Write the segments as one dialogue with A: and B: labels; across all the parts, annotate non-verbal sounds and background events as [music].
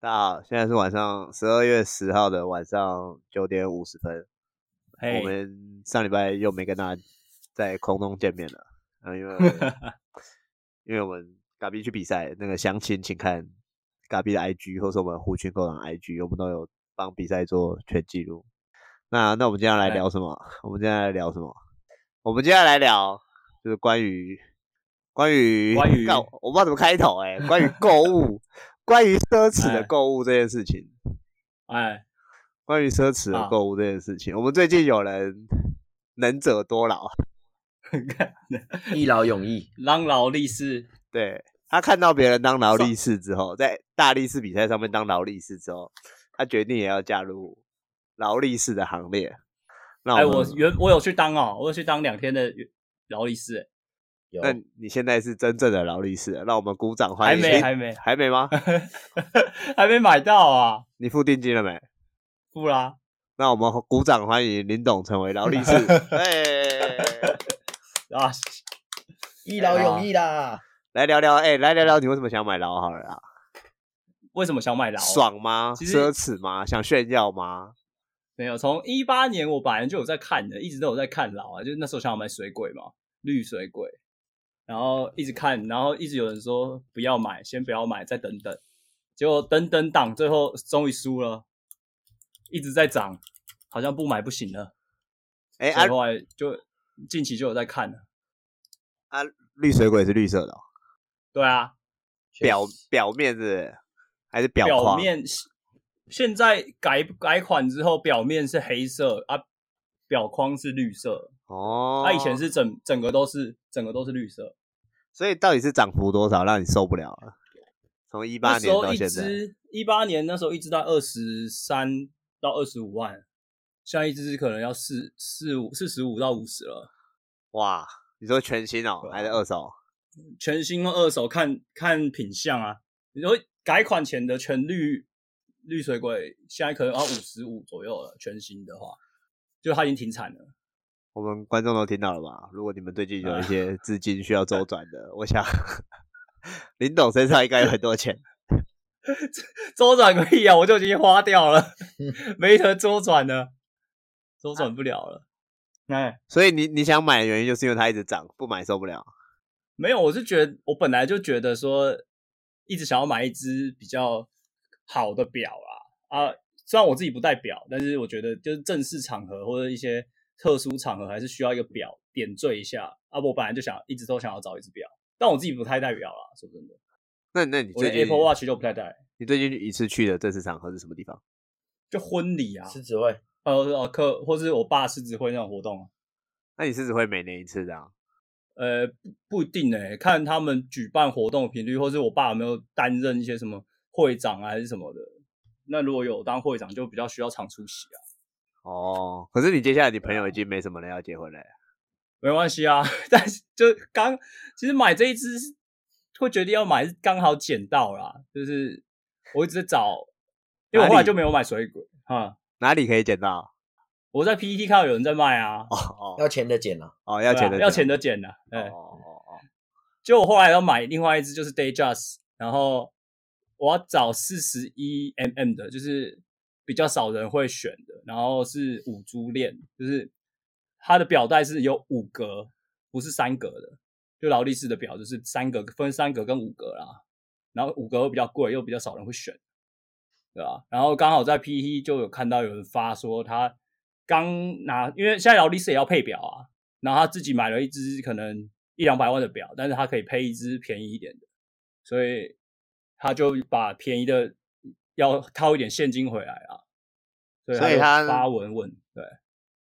A: 大家好，现在是晚上十二月十号的晚上九点五十分。
B: 嘿
A: 我们上礼拜又没跟大家在空中见面了，啊，因
B: [laughs]
A: 为因为我们嘎比去比赛，那个详情请看嘎比的 IG 或是我们胡群狗党 IG，我们都有帮比赛做全记录。那那我们接下来
B: 哎
A: 聊什么？我们接下来聊什么？我们接下来聊就是关于关于
B: 关于
A: 干我不知道怎么开头哎、关于购
B: [laughs]
A: 物，关于奢侈的
B: 哎
A: 购物这件事情。
B: 哎，
A: 关于奢侈的
B: 啊
A: 购物这件事情，我们最近有人能者多劳， [laughs]
C: 一劳永逸。
B: 狼劳力士，
A: 对他看到别人当劳力士之后，在大力士比赛上面当劳力士之后，他决定也要加入劳力士的行列。那
B: 哎，
A: 我
B: 我
A: 们
B: 原我有去当哦，我有去当两天的劳力士，
C: 有
A: 那你现在是真正的劳力士了，让我们鼓掌欢
B: 还
A: 迎。
B: 没
A: 诶
B: 还没
A: 还没吗？
B: [laughs]
A: [laughs]
B: 还没买到啊，
A: 你付定金了没？
B: 不啦，
A: 那我们鼓掌欢迎林董成为劳
B: [laughs]
A: 力士。哎，
B: 啊，哎
C: 一劳永逸啦，
A: 来聊聊，哎、来聊聊你为什么想买劳好了啦？
B: 为什么想买劳？，
A: 爽吗？
B: 其实
A: 奢侈吗？想炫耀吗？
B: 没有，从一八年我本来就有在看的，一直都有在看劳啊，就是那时候想要买水鬼嘛，绿水鬼，然后一直看，然后一直有人说不要买，先不要买，再等等，结果等等档最后终于输了，一直在涨，好像不买不行了，
A: 哎、
B: 所以
A: 啊，
B: 后来就近期就有在看了，
A: 绿水鬼是绿色的哦、
B: 对啊，
C: 确实
A: 表表面是不是还是表
B: 表
A: 框
B: 面是现在改改款之后，表面是黑色啊，表框是绿色。它、
A: 哦。
B: 啊以前，是整整个都是整个都是绿色。
A: 所以到底是涨幅多少让你受不了了？从一八
B: 那时
A: 年
B: 候
A: 到
B: 一
A: 现在，
B: 只一八年那时候一只在二十三到二十五万，现在一只可能要四四五四十五到五十了。
A: 哇！你说全新哦
B: 对，啊
A: 还是二手？
B: 全新跟二手看看品相啊，你说改款前的全绿绿水鬼，现在可能要五十五左右了，全新的话，就它已经停产了。
A: 我们观众都听到了吧？如果你们最近
B: 啊
A: 有一些资金需要周转的， [laughs] 我想林董身上应该有很多钱。 [laughs]
B: 周转个屁啊！我就已经花
A: [laughs]
B: 掉了，没得周转了，周转不了了。哎，
A: 所以你你想买的原因就是因为它一直涨，不买受不了。
B: 没有，我是觉得我本来就觉得说，一直想要买一只比较好的表啦。啊，虽然我自己不戴表，但是我觉得就是正式场合或者一些特殊场合，还是需要一个表点缀一下。啊，我本来就想一直都想要找一只表，但我自己不太戴表啦，说真的，
A: 那那你
B: 我的
A: 最近
B: Apple Watch 就不太戴，
A: 你最近一次去的正式场合是什么地方？
B: 就婚礼啊，
C: 狮子会
B: 呃呃，客或是我爸狮子会那种活动啊。
A: 那你是只会每年一次这样？
B: 呃，不不一定诶、看他们举办活动的频率，或是我爸有没有担任一些什么会长啊，还是什么的。那如果有当会长，就比较需要常出席啊。
A: 哦，可是你接下来你朋友已经没什么人要结婚了欸。
B: 没关系啊， [laughs] 但是就刚其实买这一只是会决定要买，是刚好捡到啦。就是我一直在找，因为我后
A: 哪
B: 来
A: 里
B: 就没有买水果啊、
A: 哪里可以捡到？
B: 我在 PPT 看到有人在卖啊，
A: 哦哦
C: 要钱的捡啊，
A: 哦，要
B: 对啊
A: 钱的，
B: 要钱
A: 的。
B: 的捡的、啊，
A: 哦
B: 对。
A: 哦哦，
B: 就我后来要买另外一只就是 Day Just，然后我要找四十一 mm 的，就是比较少人会选的，然后是五珠链，就是它的表带是有五格，不是三格的，就劳力士的表就是三格分三格跟五格啦，然后五格会比较贵，又比较少人会选，对吧、然后刚好在 PE 就有看到有人发说他刚拿，因为现在劳力士也要配表啊，然后他自己买了一只可能一两百万的表，但是他可以配一只便宜一点的，所以他就把便宜的要掏一点现金回来啊。所
A: 所以
B: 就
A: 他
B: 发文问，对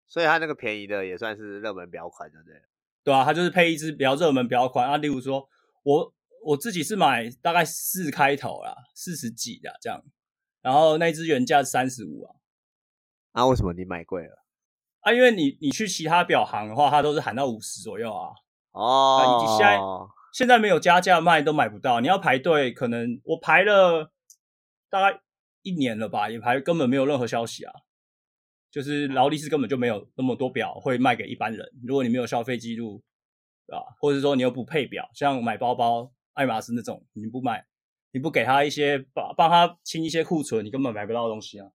A: 所以它那个便宜的也算是热门表款，对不对？
B: 对啊，他就是配一支比较热门表款啊，例如说我我自己是买大概四开头啦，四十几的这样，然后那一支原价三十五啊，
A: 啊，为什么你买贵了？
B: 啊，因为你你去其他表行的话，它都是喊到五十左右啊，
A: 哦，
B: 你现在现在没有加价卖都买不到，你要排队，可能我排了大概一年了吧，也排根本没有任何消息啊。就是劳力士根本就没有那么多表会卖给一般人，如果你没有消费记录，对吧？或者说你又不配表，像买包包、爱马仕那种，你不买，你不给他一些帮帮他清一些库存，你根本买不到东西啊。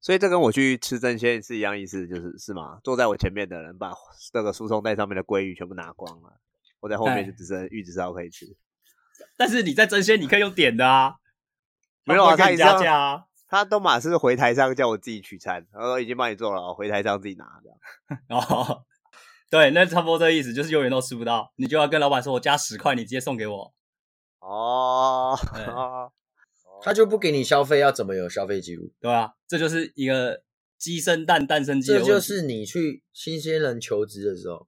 A: 所以这跟我去吃真鲜是一样意思，就是是吗？坐在我前面的人把那个输送带上面的鲑鱼全部拿光了，我在后
B: 哎
A: 面就只剩玉子烧可以吃。
B: 但是你在真鲜，你可以用点的啊，
A: 没有啊，
B: 他
A: 他
B: 会给你
A: 一
B: 加
A: 上
B: 价啊。
A: 他都马是回台上叫我自己取餐，他说已经帮你做了哦，回台上自己拿的。
B: 哦，对，那差不多这个意思，就是永远都吃不到，你就要跟老板说，我加十块，你直接送给我。
A: [laughs] 哦，
B: 对
C: 他就不给你消费，要怎么有消费记录？
B: 对啊，这就是一个鸡生蛋，蛋生鸡的
C: 这
B: 问题。
C: 就是你去新鲜人求职的时候，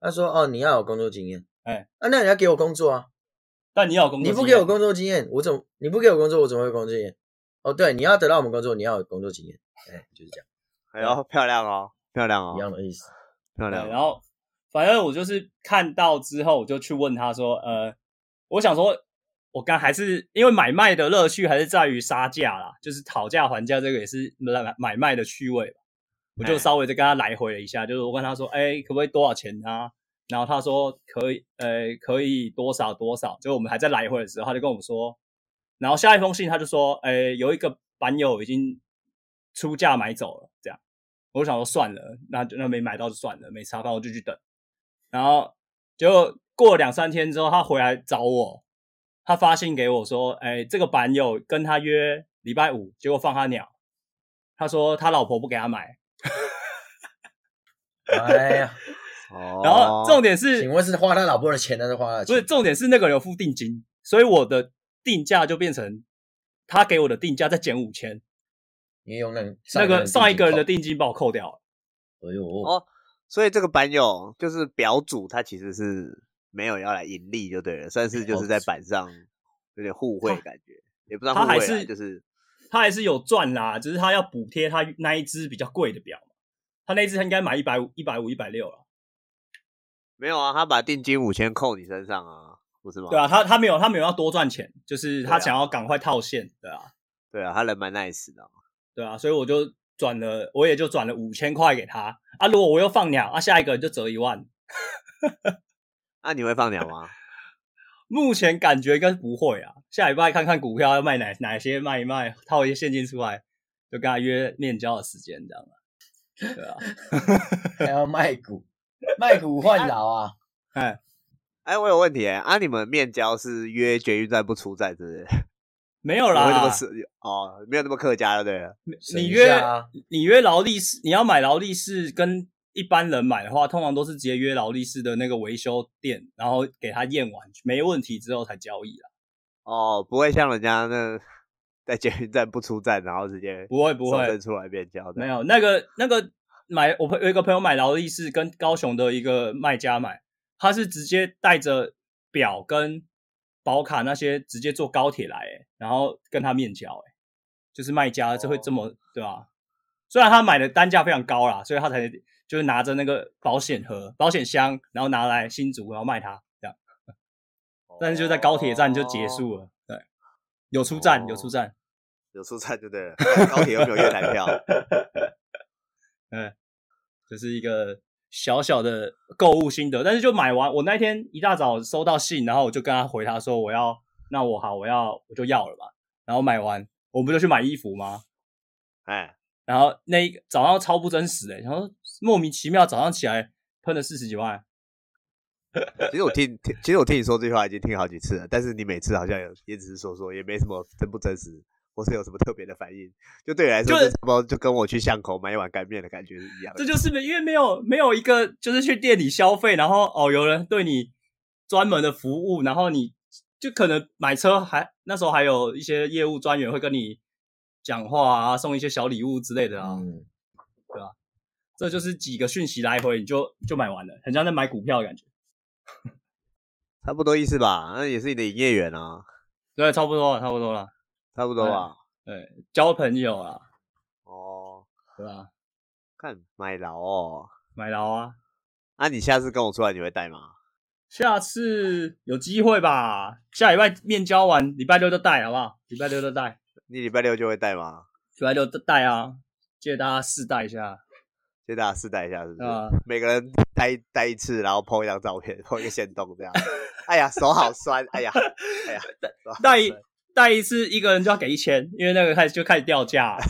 C: 他说：“哦，你要有工作经验。”
B: 哎，
C: 啊，那你要给我工作啊！
B: 但你要有工作，
C: 你不给我，工作经验，我怎么你不给我工作，我怎么会有工作经验？哦，对，你要得到我们工作，你要有工作经验。哎，就是这样，
A: 哎呦，漂亮哦，漂亮
C: 一样
A: 哦，
C: 的意思。
A: 漂
B: 对，
A: 亮
B: 然
A: 哦。
B: 后反正我就是看到之后，我就去问他说，呃，我想说，我刚还是因为买卖的乐趣还是在于杀价啦，就是讨价还价，这个也是买买卖的趣味吧。我就
A: 哎
B: 稍微再跟他来回了一下，就是我问他说，哎，可不可以多少钱啊？然后他说可以，呃，可以多少多少。就我们还在来回的时候，他就跟我们说，然后下一封信他就说，哎，有一个版友已经出价买走了，这样。我就想说算了，那就那没买到就算了，没差，反正我就去等。然后结果过了两三天之后，他回来找我，他发信给我说：“哎，这个版友跟他约礼拜五，结果放他鸟。他说他老婆不给他买。
C: 哎呀，
A: 然
B: 然
A: 哦
B: 后重点哦 [laughs] 是
C: 请问是花他老婆的钱，还是花他的
B: 不
C: 钱？
B: 是重点是那个人有付定金，所以我的定价就变成他给我的定价再减五千，
C: 你用那
B: 那个上一个人的
C: 地，
B: 定金把我哦扣掉了。
C: 哎呦，
A: 哦所以这个版友就是表主，他其实是没有要来盈利就对了，算是就是在板上有点互惠的感觉，也不算互惠
B: 他还
A: 啦
B: 是
A: 就是
B: 他还是有赚啦，只是他要补贴他那一只比较贵的表嘛。他那一只他应该买一百五、一百五、一百六了，
A: 没有啊，他把定金五千扣你身上啊，不是吗？
B: 对啊，他他没有他没有要多赚钱，就是
A: 对
B: 他
A: 啊
B: 想要赶快套现，对啊，
A: 对啊，他人蛮 nice 的哦，
B: 对啊，所以我就转了，我也就转了五千块给他啊。如果我又放鸟啊，下一个人就折一万。
A: 那、啊你会放鸟吗？
B: 目前感觉应该是不会啊，下礼拜看看股票要卖哪哪些卖一卖，套一些现金出来，就跟他约面交的时间这样啊。对啊，
C: 还要卖股，卖股换劳啊！
B: 哎，
A: 哎，我有问题哎、啊，你们面交是约绝育站不出站，是不 [laughs] 是？
B: 没有
A: 不会那么
B: 啦，
A: 是哦，没有那么客家的，对了。
C: 省
B: [laughs] 你
C: 一
B: 约
C: 下啊
B: 你约劳力士，你要买劳力士跟一般人买的话，通常都是直接约劳力士的那个维修店，然后给他验完没问题之后才交易啦。
A: 哦，不会像人家那在捷运站不出站，然后直接
B: 不会不
A: 手
B: 会
A: 伸，出来面交的。
B: 没有那个那个买，我朋有一个朋友买劳力士跟高雄的一个卖家买，他是直接带着表跟保卡那些直接坐高铁来、欸然后跟他面交、欸，就是卖家这会这么、对吧、虽然他买的单价非常高啦，所以他才就是拿着那个保险盒、保险箱，然后拿来新竹然后卖他这样，但是就在高铁站就结束了，对，有出站有出站，
A: 有出站就对了。高铁又没有月台
C: 哦 [laughs]
A: 票，
B: 就是一个小小的购物心得。但是就买完，我那天一大早收到信，然后我就跟他回他说我要，那我好，我要我就要了吧。然后买完，我不就去买衣服吗？
A: 哎，
B: 然后那一早上超不真实的、然后莫名其妙早上起来喷了四十几万，
A: 其实我听，听其实我听你说这句话已经听好几次了，但是你每次好像有也只是说说，也没什么真不真实，或是有什么特别的反应。就对你来说，
B: 就是
A: 这差不多就跟我去巷口买一碗干面的感觉是一样的。
B: 这就是没因为没有没有一个就是去店里消费，然后哦有人对你专门的服务，然后你就可能买车还那时候还有一些业务专员会跟你讲话啊，送一些小礼物之类的啊。
C: 嗯，
B: 这就是几个讯息来回，你就就买完了，很像在买股票的感觉。
A: 差不多意思吧？那也是你的营业员啊，
B: 对，差不多了，差不多了，
A: 差不
B: 哎
A: 多吧？
B: 交朋友啊，
A: 哦，
B: 对吧？
A: 看买劳哦。
B: 买劳啊，
A: 那、你下次跟我出来，你会带吗？
B: 下次有机会吧，下礼拜面交完，礼拜六就带好不好？礼拜六就带，
A: 你礼拜六就会带吗？
B: 礼拜六就带啊，借大家试戴一下，
A: 就大家试戴一下，是不是？
B: 啊
A: 每个人戴一戴一次，然后 PO 一张照片，PO 一个线动这样。哎呀，手好酸！哎呀，哎呀，手好 [laughs]
B: 戴一
A: 酸
B: 带一次一个人就要给一千，因为那个开始就开始掉价了。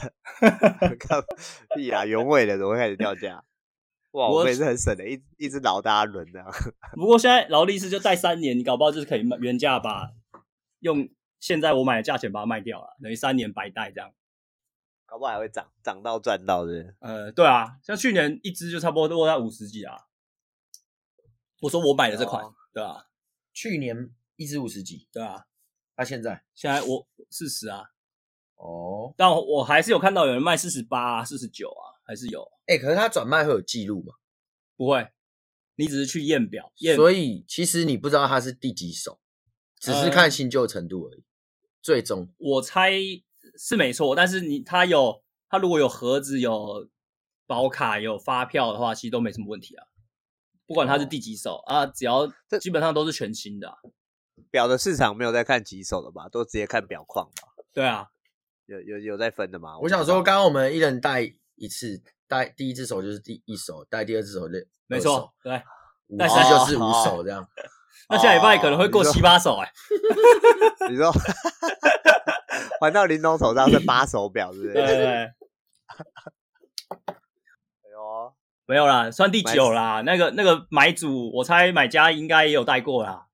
A: 看屁啊，原味的怎么会开始掉价？哇，
B: 我
A: 我们也是很省的，一一只老大家轮啊这样。
B: 不过现在劳力士就带三年，你搞不好就是可以卖原价把用现在我买的价钱把它卖掉了，等于三年白带这样。
A: 搞不好还会涨涨到赚到的。
B: 呃，对啊，像去年一只就差不多落在五十几啊。我说我买的这款，
A: 哦
B: 对啊，
C: 去年一支五十几，
B: 对啊，
C: 那现在
B: 现在我四十啊，
C: 哦，
B: 但我还是有看到有人卖四十八、四十九啊，还是有。
C: 哎，可是它转卖会有记录嘛？
B: 不会，你只是去验表，验
C: 所以其实你不知道它是第几手，只是
B: 呃
C: 看新旧程度而已。最终
B: 我猜是没错，但是你它有它如果有盒子、有保卡、有发票的话，其实都没什么问题啊。不管它是第几手、啊，只要
A: 哦这
B: 基本上都是全新的啊、
A: 表的市场没有在看几手的吧，都直接看表框吧。
B: 对啊，
A: 有有有在分的
B: 哦
A: 吗？
C: 我想说，刚刚我们一人带一次，带第一只手就是第一手，带第二只手就
B: 没错，对。
C: 五
B: 但
C: 只
B: 是哦
C: 就是五手
B: [laughs]
C: 这样。
B: 那下礼拜可能会
A: 哦
B: 过
A: 你说
B: 七八
A: [laughs]
B: 手哎、
A: 你说还到林东手上是八手表，是不是？
B: [laughs] 对对对，
A: 哎呦，
B: 没有啦，算第九啦。那个那个买主，我猜买家应该也有带过啦，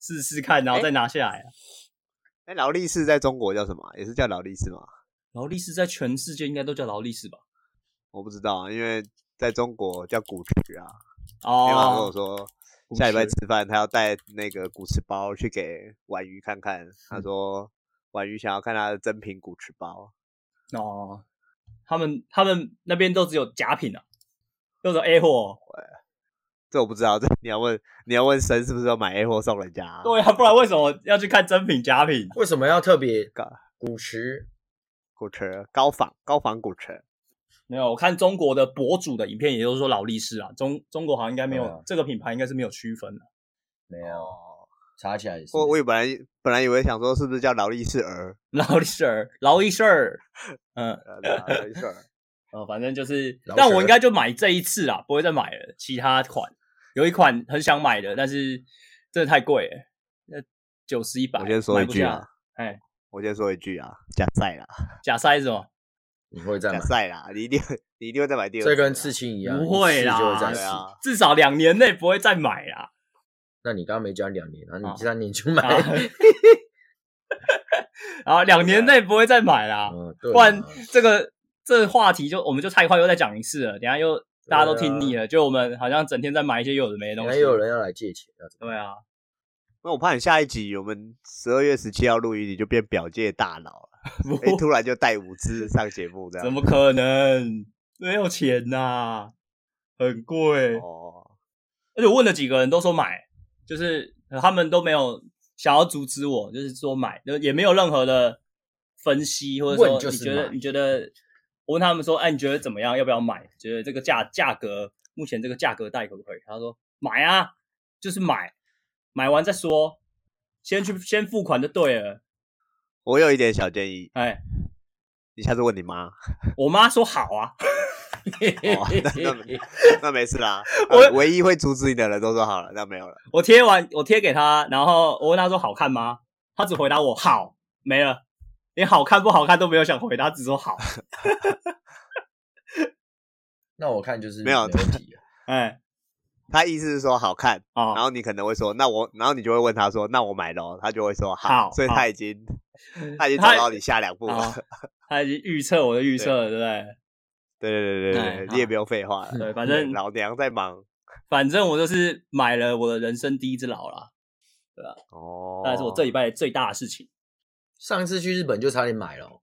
B: 试试看，然后再拿下来啊。
A: 哎，劳力士在中国叫什么啊？也是叫劳力士吗？
B: 劳力士在全世界应该都叫劳力士吧？
A: 我不知道啊，因为在中国叫古驰啊。黑马
C: 啊
A: 跟我
B: 哦，
A: 说，
B: 古
A: 下礼拜
B: 驰
A: 吃饭他要带那个古驰包去给婉瑜看看。
B: 嗯
A: 他说，婉瑜想要看他的真品古驰包。
B: 哦，他们他们那边都只有假品啊，都是 A 货。
A: 这我不知道，这你要问你要问神是不是要买 A 货送人家、啊？
B: 对啊，不然为什么要去看真品假品？
C: 为什么要特
B: [laughs]
C: 别
A: 搞
C: 古
B: 哦
C: 驰？
A: 古驰高仿高仿古驰，
B: 没有，我看中国的博主的影片，也就是说劳力士啊，中中国好像应该没有、
C: 对啊
B: 这个品牌，应该是没有区分的。
C: 没有，查起来也是。
A: 我我以为本来本来以为想说是不是叫劳力士儿，
B: 劳力士儿，劳力士儿，嗯，
A: 呃对啊劳力士儿，
B: 哦，反正就是
C: 劳，
B: 但
C: 神
B: 我应该就买这一次啦，不会再买了。其他款有一款很想买的，但是真的太贵了，那九十一百，
A: 我先说
B: [laughs] 买
A: 一
B: 不
A: 句
B: 下
A: 啊，
B: 哎，
A: 我先说一句啊，假赛啦，
B: 假塞什么？
C: 你会再
A: 假
C: 买？
B: 啊
A: 赛啦，你一定会你一定会再
B: [laughs]
A: 买第二次
C: 这
A: 啦，
C: 跟刺青一样，
B: 不会啦
C: 一次就会再
A: 对
C: 试。
A: 啊，
B: 至少两年内不会再买啦。
C: 那你刚刚没讲两年，然后
B: 啊
C: 你三年就买，
B: [laughs]
C: [laughs]
B: 啊然后两年内不会再买啦，
C: 嗯，对啊
B: 不然这个这个话题就我们就太快又再讲一次了，等一下又大家都听腻了，
A: 啊
B: 就我们好像整天在买一些有的没的东
C: 还
B: 西。
C: 有人要来借钱，要怎么
B: 对啊，
A: 那我怕你下一集我们十二月十七号录音，你就变表界大佬了，
B: 不
A: 哎，突然就带五只上节目这样，
B: 哦怎么可能？没有钱呐、很贵。
A: 哦，
B: 而且我问了几个人都说买，就是呃他们都没有想要阻止我，就是说买，就也没有任何的分析，或者
C: 问
B: 说
C: 就
B: 你
C: 是
B: 觉得
C: 买
B: 你觉得我问他们说，哎，你觉得怎么样？要不要买？觉得这个价价格目前这个价格带可不可以？他说买啊，就是买，买完再说，先去先付款就对了。
A: 我有一点小建议，
B: 哎，
A: 你下次问你妈，
B: 我妈说好啊， [laughs]
A: 哦那那没事啦，
B: 我
A: 呃唯一会阻止你的人都说好了，那没有了。
B: 我贴完，我贴给他，然后我问他说好看吗？他只回答我好，没了，连好看不好看都没有想回答，只说好。 [laughs]
C: 那我看就是
A: 没有
C: 问题啊。
B: 哎，
A: 他意思是说好看，
B: 哦，
A: 然后你可能会说，那我，然后你就会问他说，那我买咯，他就会说
B: 好
A: 所以
B: 好
A: 他已
B: [laughs]
A: 经他已经走
B: 他
A: 到你下两步了
C: [laughs]
B: 哦。他已经预测我的预测了，对不对？
A: [laughs] 对对对对
B: 哎
A: 对，你也
B: 好
A: 不用废话了。
B: [laughs] 对，反正
A: 老娘在忙
B: 反正我就是买了我的人生第一只老啦，
A: 哦，
B: 那是我这礼拜最大的事情。
C: 上次去日本就差点买了哦，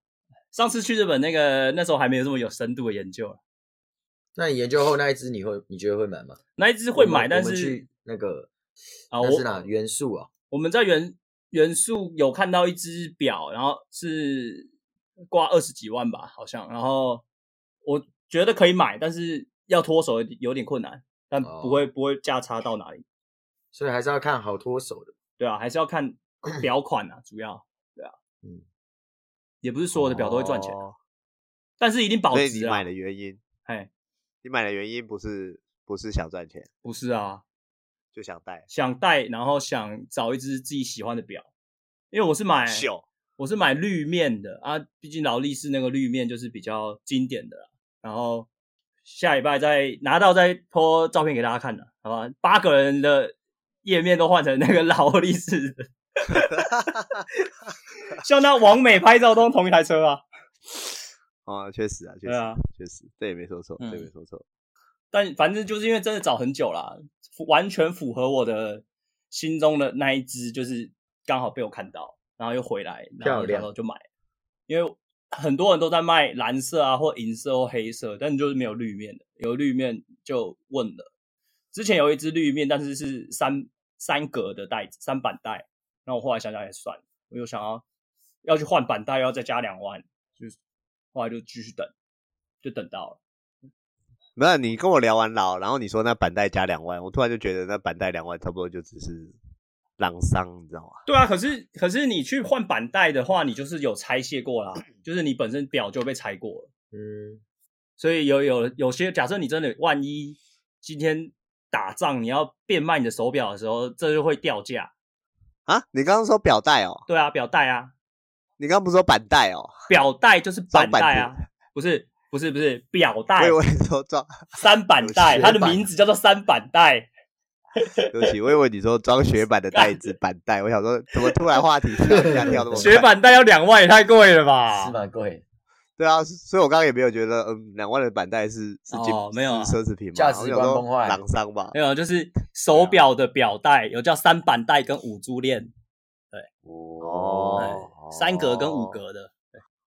B: 上次去日本那个那时候还没有这么有深度的研究，
C: 那你研究后那一只你会你觉得会买吗？
B: 那一只会
C: 我
B: 买，
C: 们
B: 但
C: 我们
B: 是
C: 去那个
B: 啊，
C: 那
B: 我
C: 是哪元素啊？
B: 我们在元元素有看到一只表，然后是挂二十几万吧，好像。然后我觉得可以买，但是要脱手有点有点困难，但
C: 哦
B: 不会、不会价差到哪里。
C: 所以还是要看好脱手的。
B: 对啊，还是要
A: [clears throat]
B: 看表款啊，主要对啊，
C: 嗯，
B: 也不是所有的表都会赚钱，
A: 哦
B: 但是一定保
A: 所以你
B: 值啊
A: 买。的原因，
B: 哎，
A: 你买的原因不是不是想赚钱，
B: 不是啊，
A: 就想带
B: 想戴，然后想找一只自己喜欢的表，因为我是买
A: 秀
B: 我是买绿面的啊，毕竟劳力士那个绿面就是比较经典的啦。然后下礼拜再拿到再拍照片给大家看的，好吧？八个人的页面都换成那个劳力士的，像那王美拍照都用同一台车啊。
A: 啊，确实啊，确
B: 对
A: 实
B: 啊，
A: 确实，这也没说错，这也
B: 嗯
A: 没说错。
B: 但反正就是因为真的找很久啦，符完全符合我的心中的那一只，就是刚好被我看到，然后又回来，然后
C: 漂亮
B: 然后就买，因为很多人都在卖蓝色啊，或银色或黑色，但就是没有绿面的，有绿面就问了。之前有一只绿面，但是是三三格的袋子，三板带，那我后来想想也算了，我又想要要去换板带，又要再加两万，就是后来就继续等，就等到了。
A: 没有，你跟我聊完老，然后你说那板带加两万，我突然就觉得那板带两万差不多就只是浪商，你知道吗？
B: 对啊，可是可是你去换板带的话，你就是有拆卸过
A: [clears throat]
B: 啦，就是你本身表就被拆过了，
C: 嗯，
B: 所以有有有些假设你真的万一今天打仗你要变卖你的手表的时候，这就会掉价。
A: 啊，你刚刚说表带哦，
B: 对啊，表带啊，
A: 你刚刚不是说板带哦？
B: 表带就是板带
A: 装
B: 啊，不是不是不是表
A: 我
B: 带
A: 以，为你说
B: [laughs]
A: 装，
B: 三板带，
A: 有
B: 它
A: 雪
B: 的
A: 板
B: 名字叫做三板带。
A: 对不起，我以为你说装雪板的袋子板带，我想说怎么突然话
B: [laughs]
A: 题跳一下跳那么快
B: 雪板带要两万，也太贵了吧
C: 是？蛮贵，
A: 对啊，所以我刚刚也没有觉得，嗯，两万的板带是是金、
B: 哦没有啊
A: 是奢侈品嘛，
C: 价值观
A: 我想说
C: 崩坏
A: 朗商吧
B: 没，有，就是手表的表带有叫三板带跟五珠链，
A: 哦
B: 三格跟五格的。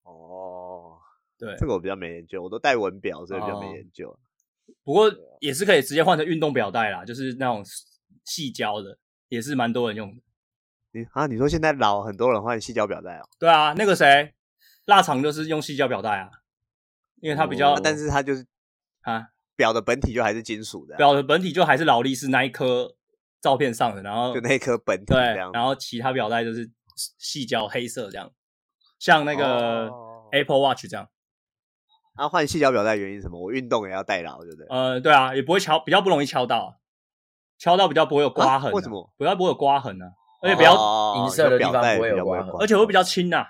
A: 哦，
B: 对，哦
A: 这个我比较没研究，我都戴文表，所以比较没研究。
B: 不过也是可以直接换成运动表带啦，就是那种细胶的，也是蛮多人用的。
A: 你啊，你说现在老很多人换细胶表带哦，
B: 对啊，那个谁，腊肠就是用细胶表带啊，因为它比较、
A: 啊但是它就是
B: 啊，
A: 表的本体就还是金属的啊、
B: 表的本体就还是劳力士那一颗照片上的，然后
A: 就那一颗本体
B: 对，
A: 这样。
B: 然后其他表带就是细胶黑色这样，像那个
A: 哦
B: Apple Watch 这样。
A: 啊，换细胶表带原因是什么？我运动也要戴牢，对不对？
B: 呃，对啊，也不会敲，比较不容易敲到啊，敲到比较不会有刮痕、
A: 啊为什么？
B: 比较不会有刮痕呢、啊？而且比较，
A: 哦
C: 银色的地方
A: 表带
C: 不会有
A: 比较
C: 刮痕
A: 刮
B: 而且会比较轻呐、啊，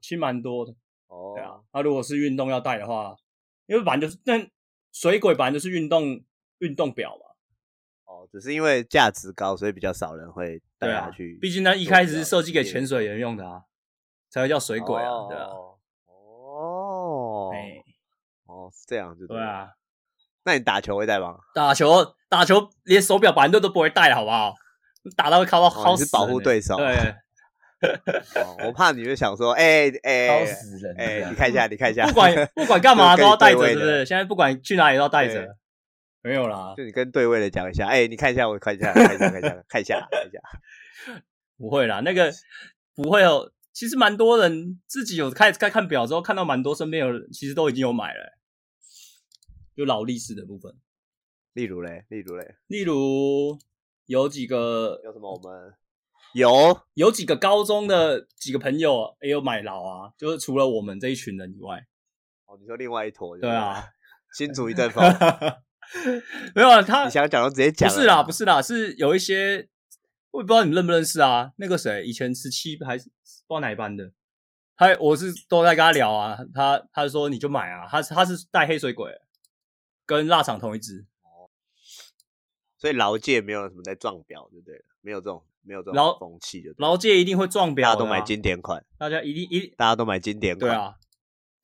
B: 轻蛮多的。
A: 哦
B: 对啊，那、如果是运动要带的话，因为反正就是那水鬼本来就是运动运动表嘛，
A: 哦，只是因为价值高，所以比较少人会带
B: 对
A: 它
B: 啊
A: 去，
B: 毕竟那一开始是设计给潜水员用的啊，才会叫水
A: 水
B: 鬼啊，对啊，
A: 哦，
B: 哎，
A: 哦，是这样就
B: 对。啊，
A: 那你打球会戴吗？
B: 打球打球连手表板凳都不会戴，好不好？打到会靠到
A: 哦
B: 好
A: 你
B: 死
A: 是
B: 人
A: 保护
B: 欸
A: 对手
B: 对， [laughs]
A: 哦我怕你会想说，哎
C: 烧
A: 哎
C: 死人！啊
A: 哎，你看一下，你看一下，
B: 不管不管干 [laughs] 嘛都要带着，
A: 就跟你对位
B: 是
A: 的
B: 不是？现在不管去哪里都要带
A: 对
B: 着，没有
A: [laughs]
B: 啦，
A: 就你跟对位的讲一下，哎，你看一下，我看一下，看一下，看一下，看一下，看一下。
B: 不会啦，那个不会哦。其实蛮多人自己有开始看看表之后，看到蛮多身边有人其实都已经有买了、欸就劳力士的部分。
A: 例如嘞，例如嘞，
B: 例如有几个
A: 有什么我
B: [laughs]
A: 们有
B: 有几个高中的几个朋友也有买劳啊，就是除了我们这一群人以外， [laughs]
A: 哦，你说另外一坨，
B: 对啊，
A: 新竹一
B: [laughs]
A: 阵风，
B: 没有啊他
A: 你想讲就直接
B: 不
A: 讲，
B: 是啦，不，是啦，是有一些我也不知道你们认不认识啊。那个谁，以前十七还是不知道哪一班的，他我是都在跟他聊啊，他他说你就买啊，他是他是带黑水鬼，跟腊肠同一只，
A: 所以劳界没有什么在撞表，对不对了？没有这种，没有这
B: 劳
A: 种风气，就对了
B: 劳界一定会撞表、
A: 大
B: 啊，
A: 家都买，经典款，
B: 大家一定一定
A: 大家都买经典
B: 对
A: 款，，
B: 啊。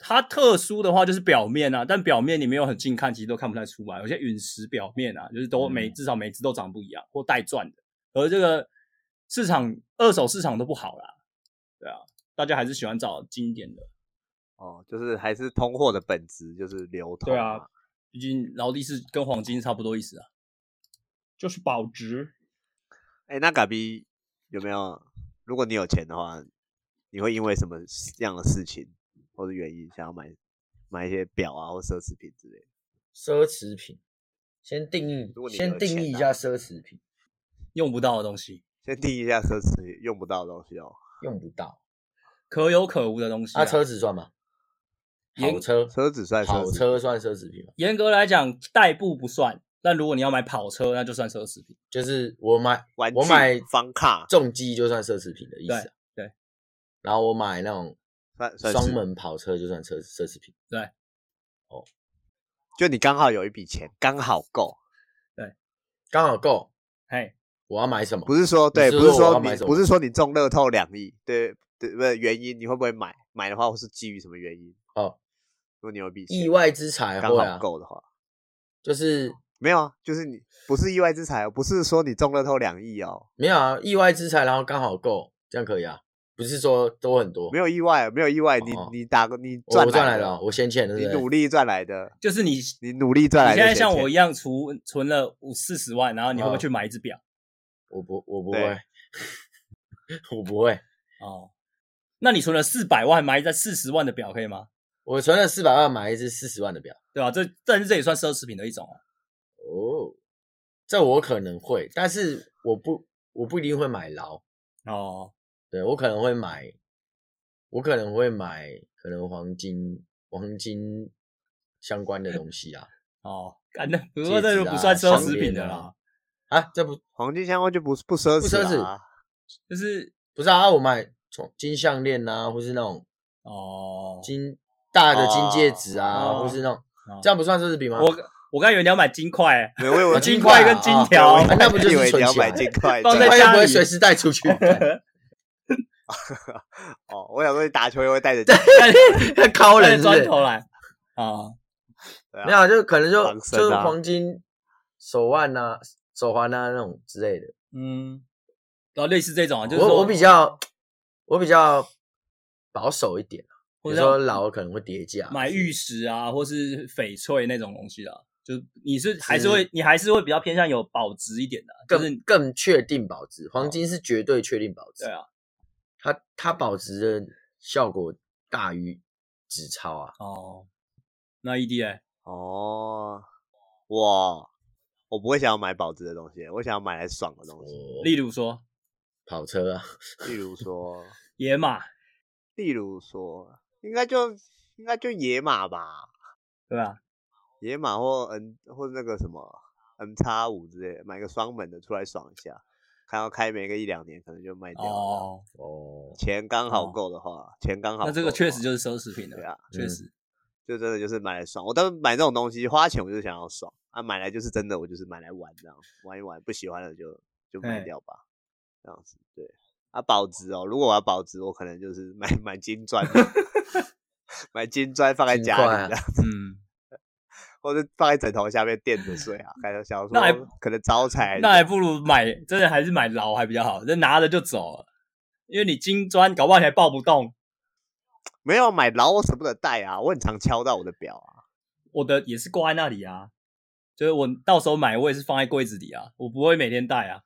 B: 它特殊的话就是表面啊，但表面你没有很近看，其实都看不太出来。有些陨石表面啊，就是都每、
C: 嗯
B: 至少每只都长不一样，或带钻的。而这个市场二手市场都不好啦，对啊，大家还是喜欢找经典的。
A: 哦，就是还是通货的本质就是流通
B: 对
A: 嘛，
B: 啊，毕竟劳力士跟黄金差不多意思啊，就是保值。
A: 哎、那嘎比有没有？如果你有钱的话，你会因为什么样的事情或者原因想要买买一些表啊或奢侈品之类的？
C: 奢侈品，先定义
A: 如果，你有
C: 先定义一
A: 钱
C: 下
A: 啊
C: 奢侈品，
B: 用不到的东西，
A: 先定义一下奢侈品用不到的东西哦。
C: 用不到。
B: 可有可无的东西、啊。
C: 那车子算吗？
B: 严
C: 好车，
A: 车子算奢
C: 好
A: 侈
C: 车算奢侈品吗？
B: 严格来讲，代步不算，但如果你要买跑车，那就算奢侈品。
C: 就是我买
A: 玩具
C: 我买
A: 房卡
C: 重机就算奢侈品的意思啊、
B: 对对
C: 然后我买那种
A: 算算
C: 双
A: 是，
C: 门跑车就算奢奢侈品，
A: 就你刚好有一笔钱，刚好够，
C: 刚好够。
B: 嘿，
C: 我要买什么？
A: 不是说对，
C: 是
A: 不是
C: 说我
A: 说
C: 要买
A: 你
C: 什么
A: 不是说你中乐透两亿，对对，不是原因，你会不会买？买的话，我是基于什么原因？
C: 哦，
A: 如果你有一笔钱
C: 意外之财
A: 刚
C: 会
A: 好
C: 啊，
A: 够的话，
C: 就是
A: 没有啊，就是你不是意外之财哦，不是说你中乐透两亿哦，
C: 没有啊，意外之财，然后刚好够，这样可以啊，不是说都很多。
A: 没有意外，没有意外，你
C: 哦
A: 你打个你
C: 我我赚
A: 来哦
C: 来了，，我先欠的，
A: 你
C: 对不
A: 努
C: 对？
A: 力赚来的，
B: 就是你
A: 你
B: 你
A: 努力赚来
B: 现
A: 的
B: 在
A: 闲钱。
B: 像我一样存存了五四十万，然后你会不会
C: 嗯
B: 去买一只表？
C: 我不，我不
A: 对
C: 会， [laughs] 我不会。
B: 哦，那你存了四百万买一只四十万的表可以吗？
C: 我存了四百万买一只四十万的表，
B: 对吧、这但是这也算奢侈品的一种啊。
C: 哦，这我可能会，但是我不，我不一定会买劳，
B: 哦，
C: 对我可能会买，我可能会买可能黄金、黄金相关的东西啊，
B: 哦，干那 [laughs] 不
C: 戒
B: 过这
C: 指
B: 就不
C: 啊
B: 算奢
C: 项
B: 侈品
C: 链
B: 的
C: 啊
B: 啦，
C: 啊，这不
A: 黄金相关就不不奢
C: 不
A: 侈啊
C: 奢侈
A: 啦、
B: 就是
C: 不是啊，我买从金项链啊，或是那种
B: 哦，
C: 金大的金戒
A: 哦
C: 指啊，
B: 哦
C: 或是那种，
B: 哦
C: 这样不算奢侈品吗？
B: 我我刚以为你要买金块、欸，
A: 没有我以为
C: 啊
B: 金
C: 块
B: 块跟
C: 啊
B: 金
C: 啊
B: 条
A: 哦我以为 [laughs]
C: 啊那不就是
A: 以为你
C: 存
A: 要
C: 起来
A: 买金
C: [laughs]
A: 块？
B: 放
C: 这
B: 在
C: 块
B: 家
C: 又不会
B: 里
C: 随时带
B: [laughs]
C: 出去，
A: 哦，我想说你打球也会
C: [laughs]
A: 带着金
C: 敲
B: 带
C: 人
B: 着砖
C: 是不是？
B: 头来啊，
A: 对啊
C: 没有啊，就可能就
A: 防身啊
C: 就是黄金手腕呐、手环啊呐、那种之类的。
B: 嗯，然后类似这种啊，就是说
C: 我我比较我比较保守一点啊，比
B: 或
C: 如
B: 者要
C: 说老可能会叠加，
B: 买玉石啊，或是翡翠那种东西啊，就是你是还是
C: 是
B: 会你还是会比较偏向有保值一点的啊、就
C: 更、
B: 是哦
C: 更确定保值，黄金是绝对确定保值，
B: 对啊，
C: 它它保值的效果大于纸钞啊。
B: 哦，那 EDA
A: 哦，我我不会想要买保值的东西，我想要买来爽的东西，
C: 哦
B: 例如说
C: 跑车啊，
A: 例如说，
B: 野马，
A: 例如说，应该就应该就野马吧，
B: 对吧？
A: 野马或 N 或那个什么 N 叉五之类的，买个双门的出来爽一下，看要开没个一两年，可能就卖掉了。
B: 哦，
C: 哦，
A: 钱刚好
B: 哦
A: 够的话，钱刚好够的话。
B: 那这个确实就是奢侈品
A: 对
B: 了，
A: 啊，
B: 确实。
A: 就真的就是买来爽。我当时买这种东西，花钱我就是想要爽啊，买来就是真的，我就是买来玩这样，玩一玩，不喜欢了就就卖
B: 哎
A: 掉吧，这样子对。啊，保值哦，如果我要保值，我可能就是买 [laughs] 买金砖
B: [laughs]
A: 的，买金砖放在
C: 金
A: 家
C: 块
A: 里
C: 啊
A: 这样，
B: 嗯，
A: 或者放在枕头下面垫着睡啊，看想
B: 那还
A: 说可能招财。
B: 那还不如买，真的还是买牢还比较好，这拿了就走了，因为你金砖搞不好你还抱不动。
A: 没有买劳我舍不得戴啊，我很常敲到我的表啊。
B: 我的也是挂在那里啊，就是我到时候买我也是放在柜子里啊，我不会每天戴啊，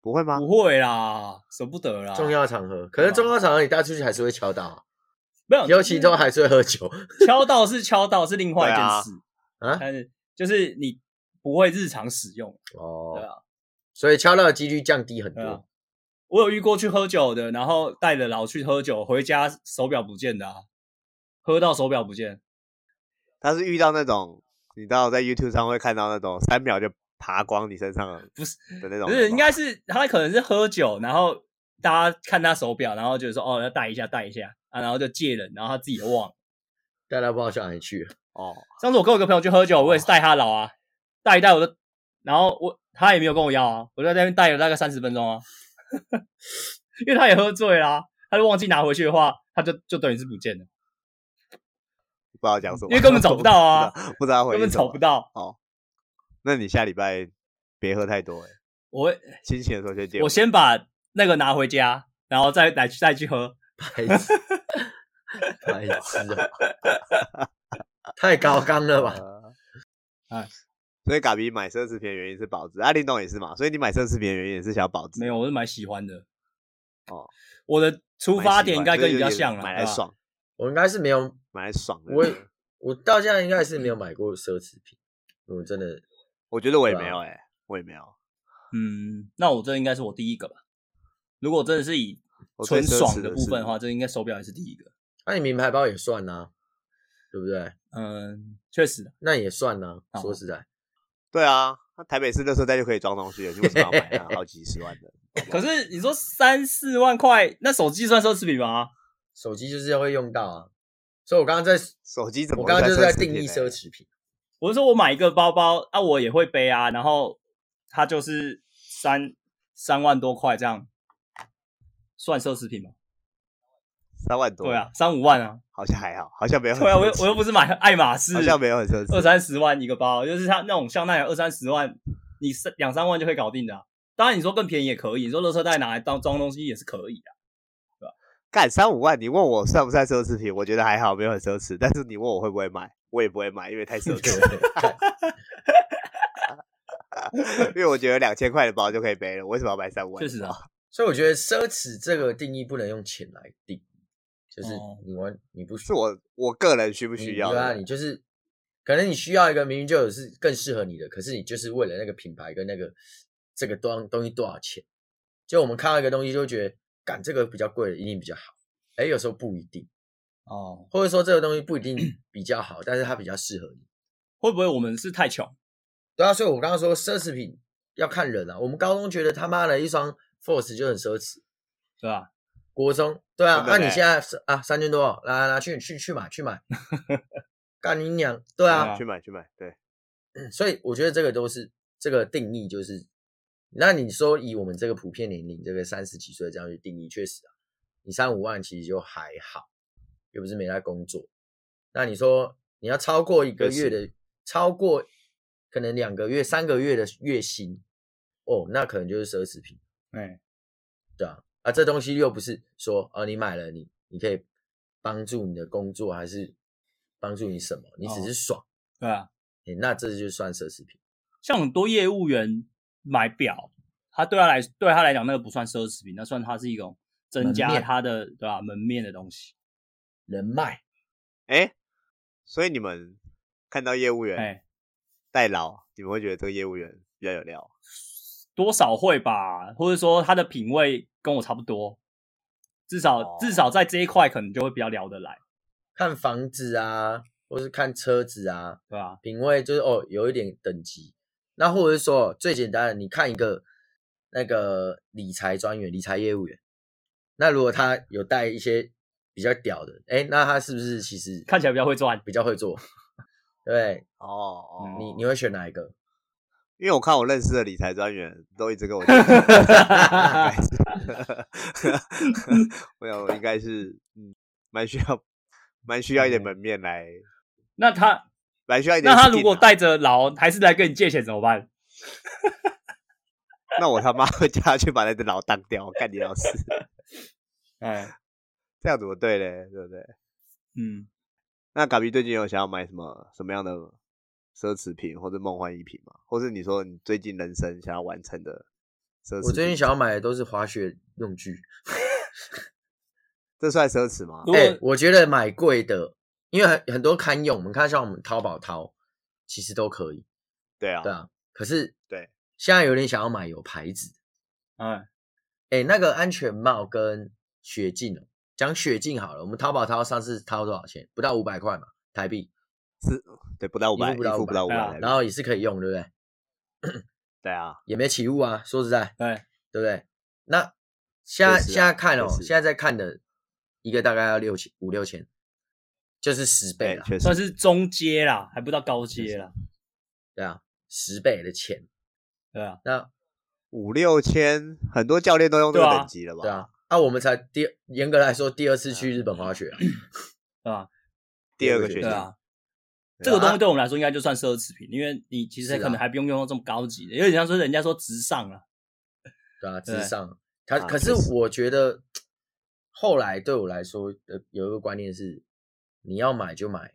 A: 不会吗？
B: 不会啦，舍不得啦。
C: 啊重要场合，可是
B: 啊
C: 重要场合你带出去还是会敲到啊、
B: 没有，
C: 尤其都还是会喝酒
B: 敲到是敲到是另外一件事，
C: 啊。
B: 但是就是你不会日常使用，对
C: 哦，
B: 啊，
C: 所以敲到的几率降低很
B: 对啊
C: 多。。
B: 我有遇过去喝酒的，然后带着老去喝酒，回家手表不见的、啊，喝到手表不见，
A: 他是遇到那种，你知道在 YouTube 上会看到那种三秒就爬光你身上的，
B: 不是
A: 的那种人吗，
B: 不是，应该是他可能是喝酒，然后大家看他手表，然后觉得说哦要戴一下戴一下啊，然后就借人，然后他自己也忘了。
C: 带到不知道哪里去，
A: 哦，
B: 上次我跟我一个朋友去喝酒，我也是带他老啊，带一带我就，然后我他也没有跟我要啊，我就在那边带了大概三十分钟啊， [laughs] 因为他也喝醉啦、他就忘记拿回去的话，他就就等于是不见了，
A: 不知道讲什么，
B: 因为根本找不到啊
A: 不知 [laughs] 道，不知道回
B: 根本找不
A: 到。
B: 到。
A: 哦，那你下礼拜别喝太多、欸，
B: 我会
A: 清醒的时候先戒。
B: 我先把那个拿回家，然后再来再去喝。
C: 白痴，白痴哦，太高纲了吧？
A: 呃
B: 哎
A: 所以嘎比买奢侈品的原因是保值，啊，林董也是嘛，所以你买奢侈品的原因也是想要保值，
B: 没有，我是蛮喜欢的。
A: 哦，
B: 我的出
A: 买
B: 发
A: 习
B: 点应
A: 惯
B: 该跟
A: 就
B: 你比较
A: 是有点
B: 像了，
A: 买
B: 对
A: 来
B: 吧。
A: 爽，
C: 我应该是没有，
A: 买来爽的。
C: 我也我到现在应该是没有买过奢侈品，我真的
A: [laughs] 我觉得我也
C: 对啊
A: 没有、欸，哎，我也没有，
B: 嗯，那我这应该是我第一个吧。如果真的是以
A: 我最
B: 纯
A: 奢
B: 爽
A: 侈
B: 的
A: 的
B: 部分的
A: 是
B: 话，这应该手表也是第一个。
C: 那、你名牌包也算呐、对不对？
B: 嗯，确实，
C: 那也算呐、
B: 哦
C: 说实在，
A: 啊对啊，那台北市垃圾袋就可以装东西了，你为什么要买那好几十万的？
B: 可是你说三四万块，那手机算奢侈品吗？
C: 手机就是会用到啊，所以我刚刚在，
A: 手机怎么
C: 我
A: 会
C: 刚刚就是在
A: 侈品欸
C: 定义
A: 呢
C: 奢侈品。
B: 我是说我买一个包包啊，我也会背啊，然后它就是三三万多块这样，算奢侈品吗？
A: 三万多，
B: 对啊，，三五万啊，
A: 好像还好，好像没有很
B: 对啊，我又
A: 奢侈
B: 我又不是买爱马仕，
A: 好像没有很奢侈，
B: 二三十万一个包，就是它那种香奈儿二三十万，你三两三万就可以搞定的啊、当然你说更便宜也可以，你说垃圾袋拿来当装东西也是可以的、啊
A: 干三五万，你问我算不算奢侈品？我觉得还好，没有很奢侈。但是你问我会不会买，我也不会买，因为太奢侈了。 [laughs] 因为我觉得两千块的包就可以背了，我为什么要买三五万？
B: 确实啊，
C: 所以我觉得奢侈这个定义不能用钱来定，就是
B: 哦
C: 你完你不需
A: 是我我个人需不需要
C: 你对啊，
A: 的？
C: 你就是可能你需要一个明明就有是更适合你的，可是你就是为了那个品牌跟那个这个东东西多少钱，就我们看到一个东西就会觉得，干这个比较贵的一定比较好，哎，有时候不一定，
B: 哦，
C: 或者说这个东西不
A: [clears throat]
C: 一定比较好，但是它比较适合你。
B: 会不会我们是太穷？
C: 对啊，所以我刚刚说奢侈品要看人啊，我们高中觉得他妈的一双 Force 就很奢侈，
B: 对吧？
C: 国中对啊，
A: 真的
C: 那、你
A: 嘞
C: 现在是啊三千多，来来来去去去买去
A: [laughs]
C: 买，干你娘！对啊，
A: 去买去买，对，
C: 嗯所以我觉得这个都是这个定义，就是那你说以我们这个普遍年龄，这个三十几岁这样去定义，确实啊，你三五万其实就还好，又不是没在工作。那你说你要超过一个月的，超过可能两个月、三个月的月薪，哦，那可能就是奢侈品，
B: 哎，
C: 对啊，啊，这东西又不是说啊，你买了你你可以帮助你的工作，还是帮助你什么，你只
B: 哦
C: 是爽，
B: 对啊，
C: 诶那这就算奢侈品。
B: 像很多业务员买表，他对他来对他来讲那个不算奢侈品，那算它是一种增
C: 门
B: 加
C: 面
B: 他的对吧、门面的东西。
C: 人脉，
A: 哎，所以你们看到业务员
B: 哎，
A: 代劳，你们会觉得这个业务员比较有料？
B: 多少会吧，或者说他的品味跟我差不多，至少、
A: 哦
B: 至少在这一块可能就会比较聊得来，
C: 看房子啊，或是看车子啊，
B: 对吧、
C: 品味就是哦，有一点等级。那或者是说最简单的，你看一个那个理财专员、理财业务员，那如果他有带一些比较屌的，哎，那他是不是其实
B: 看起来比较会赚。
C: 比较会做？ [laughs] 对
A: 哦哦，
C: 你，你会选哪一个？
A: 因为我看我认识的理财专员都一直跟我讲，我想我应该是嗯，蛮需要蛮需要一点门面来，
B: 那他
A: 蛮需要一点
B: 那
A: 劲啊。
B: 他如果带着劳，还是来跟你借钱怎 [laughs] 么办？
A: 那我他妈会叫他去把那只老当掉，我干你老师，
B: 哎，
A: 这样怎么对嘞？对不对？
B: 嗯，
A: 那嘎比最近有想要买什么什么样的奢侈品或者梦幻一品吗？或是你说你最近人生想要完成的奢侈品？
C: 我最近想要买的都是滑雪用具。
A: 这算奢侈吗
B: 如？果
C: 哎、我觉得买贵的，因为很很多堪用，我们看像我们淘宝淘，其实都可以。
A: 对啊，
C: 对啊，可是
A: 对，
C: 现在有点想要买有牌子的，
B: 哎，
C: 哎，那个安全帽跟雪镜哦，讲雪镜好了，我们淘宝淘上次淘多少钱？不到五百块嘛，台币，
A: 对，不到五
C: 一
A: 百，
C: 副
A: 一
C: 不到
A: 副不到五
B: 500
A: 百，
C: 然后也是可以用，对不对？
A: 对啊，
C: 也没起雾啊，说实在，
B: 对，
C: 对不对？那现在
A: 确实啊
C: 现在看哦，
A: 确实
C: 现在在看的一个大概要六千五六千，就是十倍
A: 对，
C: 了，
A: 确实
B: 算是中阶啦，还不到高阶啦，
C: 对啊，十倍的钱，
B: 对啊，
C: 那
A: 五六千，很多教练都用这个
B: 对啊
A: 等级了吧？
C: 对啊，那、我们才第二严格来说第二次去日本滑雪啊、
B: 对吧？
A: 第二个学
B: 对
A: 期，
B: 啊，
A: 对啊
B: 这个东西对我们来说应该就算奢侈品，因为你其实
C: 是啊
B: 可能还不用用到这么高级的，有点像说人家说啊直上了，
C: 对啊，
B: 对
C: 智商。他
A: 啊
C: 可
A: 确
C: 是
A: 实
C: 我觉得，后来对我来说，呃，有一个观念是，你要买就买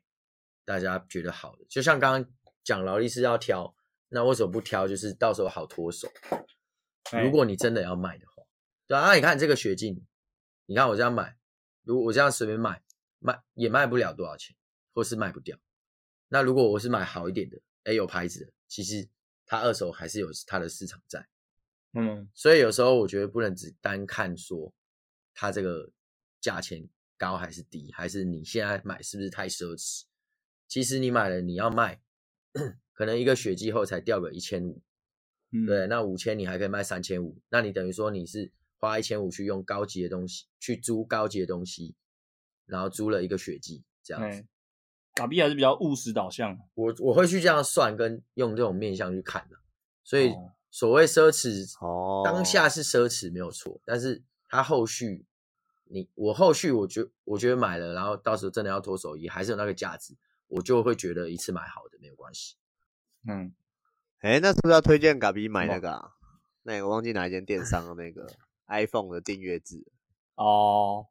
C: 大家觉得好的。就像刚刚讲劳力士要挑，那为什么不挑？就是到时候好脱手。
B: 哎
C: 如果你真的要卖的话，对啊，那你看这个雪镜，你看我这样买，如果我这样随便卖，卖也卖不了多少钱，或是卖不掉。那如果我是买好一点的，哎，有牌子的，其实它二手还是有它的市场在。
B: 嗯，
C: 所以有时候我觉得不能只单看说它这个价钱高还是低，还是你现在买是不是太奢侈？ [clears throat] 其实你买了，你要卖，可能一个雪季后才掉个一千五，
B: 嗯，
C: 对，那五千你还可以卖三千五，那你等于说你是花一千五去用高级的东西去租高级的东西，然后租了一个血迹这样子。
B: 哎，嘎比还是比较务实导向，啊
C: 我我会去这样算跟用这种面向去看的，所以
B: 哦
C: 所谓奢侈，
A: 哦，
C: 当下是奢侈没有错，但是它后续你我后续我觉我觉得买了，然后到时候真的要脱手衣，还是有那个价值，我就会觉得一次买好的没有关系。
B: 嗯，
A: 哎、那是不是要推荐嘎比买那个、啊？那个忘记哪一间电商的那
C: [laughs]
A: 个 iPhone 的订阅制，
B: 哦，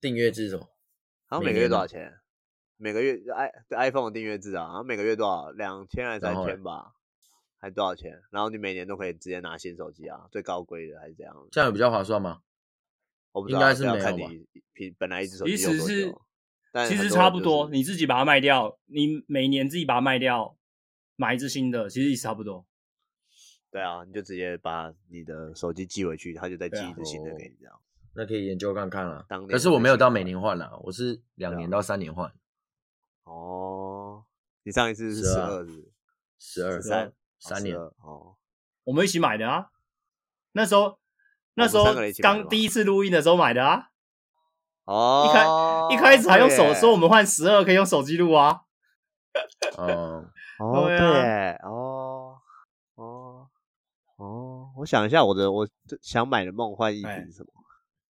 C: 订阅制是什么？
A: 然后每
C: 每
A: 个月
C: 年
A: 多
C: 吗
A: 少钱？每个月 i 对 iPhone 的订阅制啊，然后每个月多少？两千还是三
C: 然后嘞
A: 千吧？还多少钱？然后你每年都可以直接拿新手机啊，最高规的还是怎样？
C: 这样有比较划算吗？
A: 我不知道，
C: 应该是
A: 这要
C: 没有
A: 看
C: 吧
A: 你平本来一只手机
B: 其
A: 用
B: 实
A: 多
B: 是
A: 久。但
B: 其
A: 很
B: 实
A: 多
B: 差
A: 人
B: 不
A: 就
B: 多，
A: 是
B: 你自己把它卖掉，你每年自己把它卖掉，买一只新的，其实也差不多。
A: 对啊，你就直接把你的手机寄回去，他就再寄
B: 对啊
A: 一只新的给
C: 哦
A: 你这样。
C: 那可以研究看看啦。
A: 当年
C: 可是
A: 我
C: 我
A: 最
C: 没有
A: 喜
C: 到
A: 欢
C: 每年换啦，我是两
A: 对啊
C: 年到三年换，
A: 哦，你上一次是十
C: 12
A: 二，是哦
C: 十二
A: 十三
C: 三年。
A: 哦。
B: 我们一起买的啊，那时候那
A: 们
B: 时候
A: 三个人一起买的
B: 刚
A: 吗
B: 第一次录音的时候买的啊，
A: 哦，
B: 一开始还用手说我
A: 说，
B: 们换十二可以用手机录啊，
C: 嗯，
A: 哦，对
B: 对啊
A: 耶，哦，哦，哦，我想一下，我的我最想买的梦幻衣服
B: 哎
A: 是什么？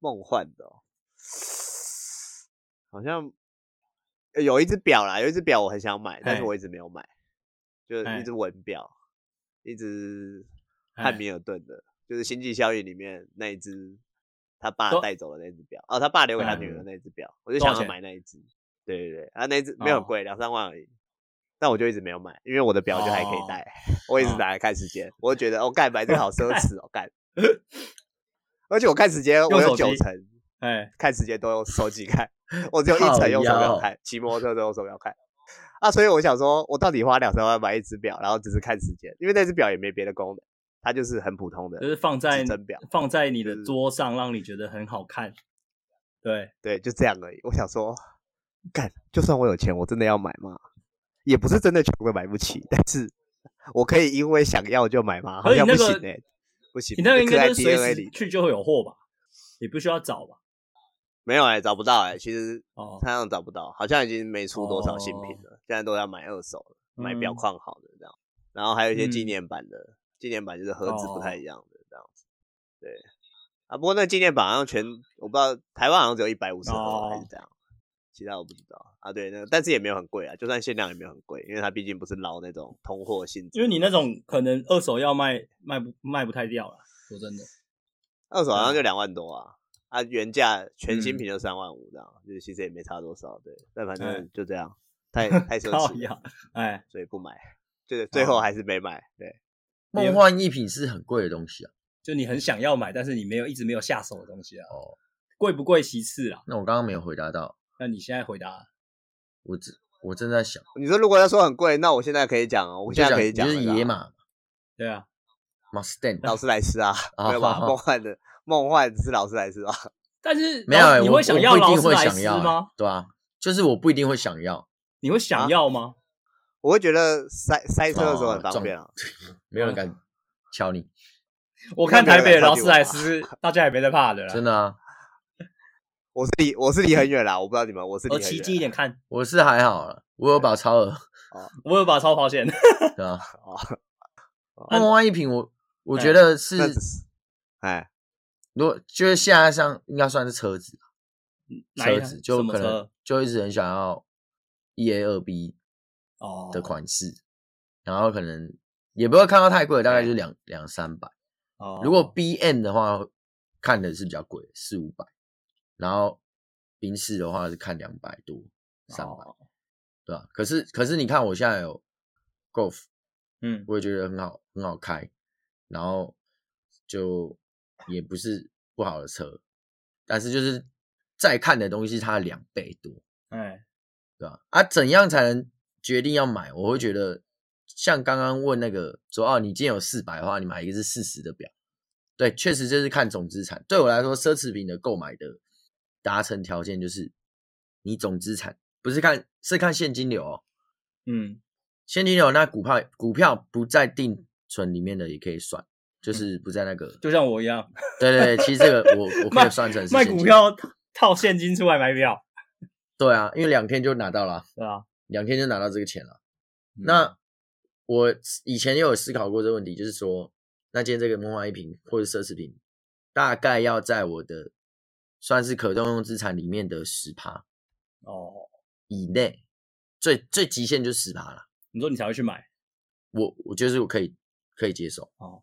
A: 梦幻的哦、好像呃有一只表啦，有一只表我很想买，但是
B: 哎
A: 我一直没有买，就是
B: 哎
A: 一只腕表，一只
B: 哎
A: 汉密尔顿的，就是《星际效应》里面那一只他爸
B: 都
A: 带走的那只表，哦，他爸留给他
B: 哎
A: 女儿的那只表，我就
B: 多少
A: 想要
B: 钱
A: 买那一只。对对对，啊，那一只没有很
B: 哦
A: 贵，两、三万而已。但我就一直没有买，因为我的表就还可以戴，我一直
B: 哦
A: 拿来看时间，我就觉得哦，干买这个好
B: [laughs]
A: 奢侈哦，干。而且我看时间，我
B: 用
A: 有
B: 手
A: 九
B: 机
A: 成
B: 哎，
A: 看时间都用手机看，我只有一成用手表
C: 靠
A: 看，骑摩托车都用手表看。啊，所以我想说，我到底花两三万买一只表，然后只是看时间，因为那只表也没别的功能，它就是很普通的
B: 就是放在
A: 指针表，
B: 放在你的
A: 就是
B: 桌上，让你觉得很好看。对，
A: 对，就这样而已。我想说，干，就算我有钱，我真的要买吗？也不是真的穷的买不起，但是我可以因为想要就买吗？好
B: 可以
A: 像不
B: 那个
A: 行哎、不行，
B: 你那个应
A: 刻
B: 该
A: 在
B: 就是随
A: DNA
B: 时
A: 里
B: 去就会有货吧，也不需要找吧。
A: 没有哎、找不到哎、其实
B: 哦，
A: 他上找不到，好像已经没出多少新品了，现在都要买二手了，买表
B: 嗯
A: 框好的这样，然后还有一些纪
B: 嗯
A: 念版的，纪念版就是盒子不太
B: 哦
A: 一样的这样子，对。啊，不过那纪念版好像全我不知道，台湾好像只有一百五十盒还是
B: 哦
A: 这样，其他我不知道啊。对，那个但是也没有很贵啊，就算限量也没有很贵，因为它毕竟不是捞那种通货性质。
B: 因为你那种可能二手要卖卖不卖不太掉了，说真的。
A: 二手好像
B: 嗯
A: 就两万多啊，啊，原价全新
B: 嗯
A: 品就三万五这样，就是其实也没差多少，对。但反
B: 哎
A: 正就这样，太太奢
B: [laughs] 靠
A: 侈了
B: 呀，，哎，
A: 所以不买。
C: 哦
A: 对，最后还是没买。对，
C: 梦幻一品是很贵的东西啊。
B: 就你很想要买，但是你没有一直没有下手的东西啊。
C: 哦，
B: 贵不贵其次啦。
C: 那我刚刚没有回答到，
B: 那你现在回答，
C: 我只我正在想，
A: 你说如果要说很贵，那我现在可以讲，哦，我
C: 我
A: 现在可以
C: 就
A: 讲
C: 讲
A: 了
C: 就
A: 啦，
C: 是野
A: [laughs]
C: 马
B: 对啊，
A: 劳
C: Mustang，
A: 斯莱斯啊，
C: 哦
A: 对吧？梦幻的梦幻是劳斯莱斯啊，
B: 但是
C: 没有欸、
B: 你
C: 我
B: 会想
C: 我
B: 要
C: 不一
B: 劳
C: 定
B: 斯
C: 会
B: 莱
C: 想
B: 斯
C: 要欸
B: 吗？？
C: 对啊，就是我不一定会想要，
B: 你会
C: 啊
B: 想要吗？
A: 我会觉得塞塞车的时候
C: 哦
A: 很方
C: 撞
A: 便啊。
C: 没
B: 嗯
C: 有人敢敲你，
B: 我看台北的劳斯莱斯，大家也没在怕的啦。
C: 啊 [laughs] 真的啊，
A: 我是离我是离很远啦，我不知道你们，我是
C: 哦
B: 我
A: 离很
B: 骑近一
A: 远
B: 点看，
C: 我是还好了，我有把超额，
B: 我有把超跑险。
C: 对
B: [laughs]
C: 啊，
A: 啊哦。
B: 那
C: 梦幻一品我我
B: 哎
C: 觉得是，
A: 那只是哎，
C: 如果就是现在上应该算是车子，
B: 嗯哪一
C: 车
B: 台
C: 子
B: 什
C: 就
B: 么
C: 可能
B: 车？
C: 就一直很想要 E A 二 B
B: 哦，
C: 的款式，然后可能也不会看到太贵，大概就两两三百。
B: 哦，
C: 如果 B M 的话，看的是比较贵，四五百，然后宾士的话是看两百多，三百、
B: 哦
C: 对吧、可是可是你看我现在有 Golf，
B: 嗯，
C: 我也觉得很好很好开，然后就也不是不好的车，但是就是再看的东西它的两倍多，
B: 哎，
C: 对吧？啊，怎样才能决定要买？我会觉得，像刚刚问那个说，哦，你今天有四百的话，你买一个是四十的表，对，确实这是看总资产。对我来说，奢侈品的购买的达成条件就是你总资产，不是看是看现金流哦，
B: 嗯，
C: 现金流那股票股票不再定存里面的也可以算，
B: 嗯
C: 就是不在那个。
B: 就像我一样，
C: 对对对，其实这个我我可
B: 卖
C: 以算成是
B: 卖
C: 现
B: 股
C: 金。
B: 票套现金出来买票，
C: 对啊，因为两天就拿到了，啊
B: 对吧？
C: 两天就拿到这个钱了。啊
B: 嗯
C: 那我以前也有思考过这个问题，就是说，那今天这个梦幻一品或者奢侈品，大概要在我的算是可动用资产里面的十趴
B: 哦，
C: 以内，最最极限就是十趴了。
B: 你说你才会去买，
C: 我我觉得是我可以可以接受。
B: 哦，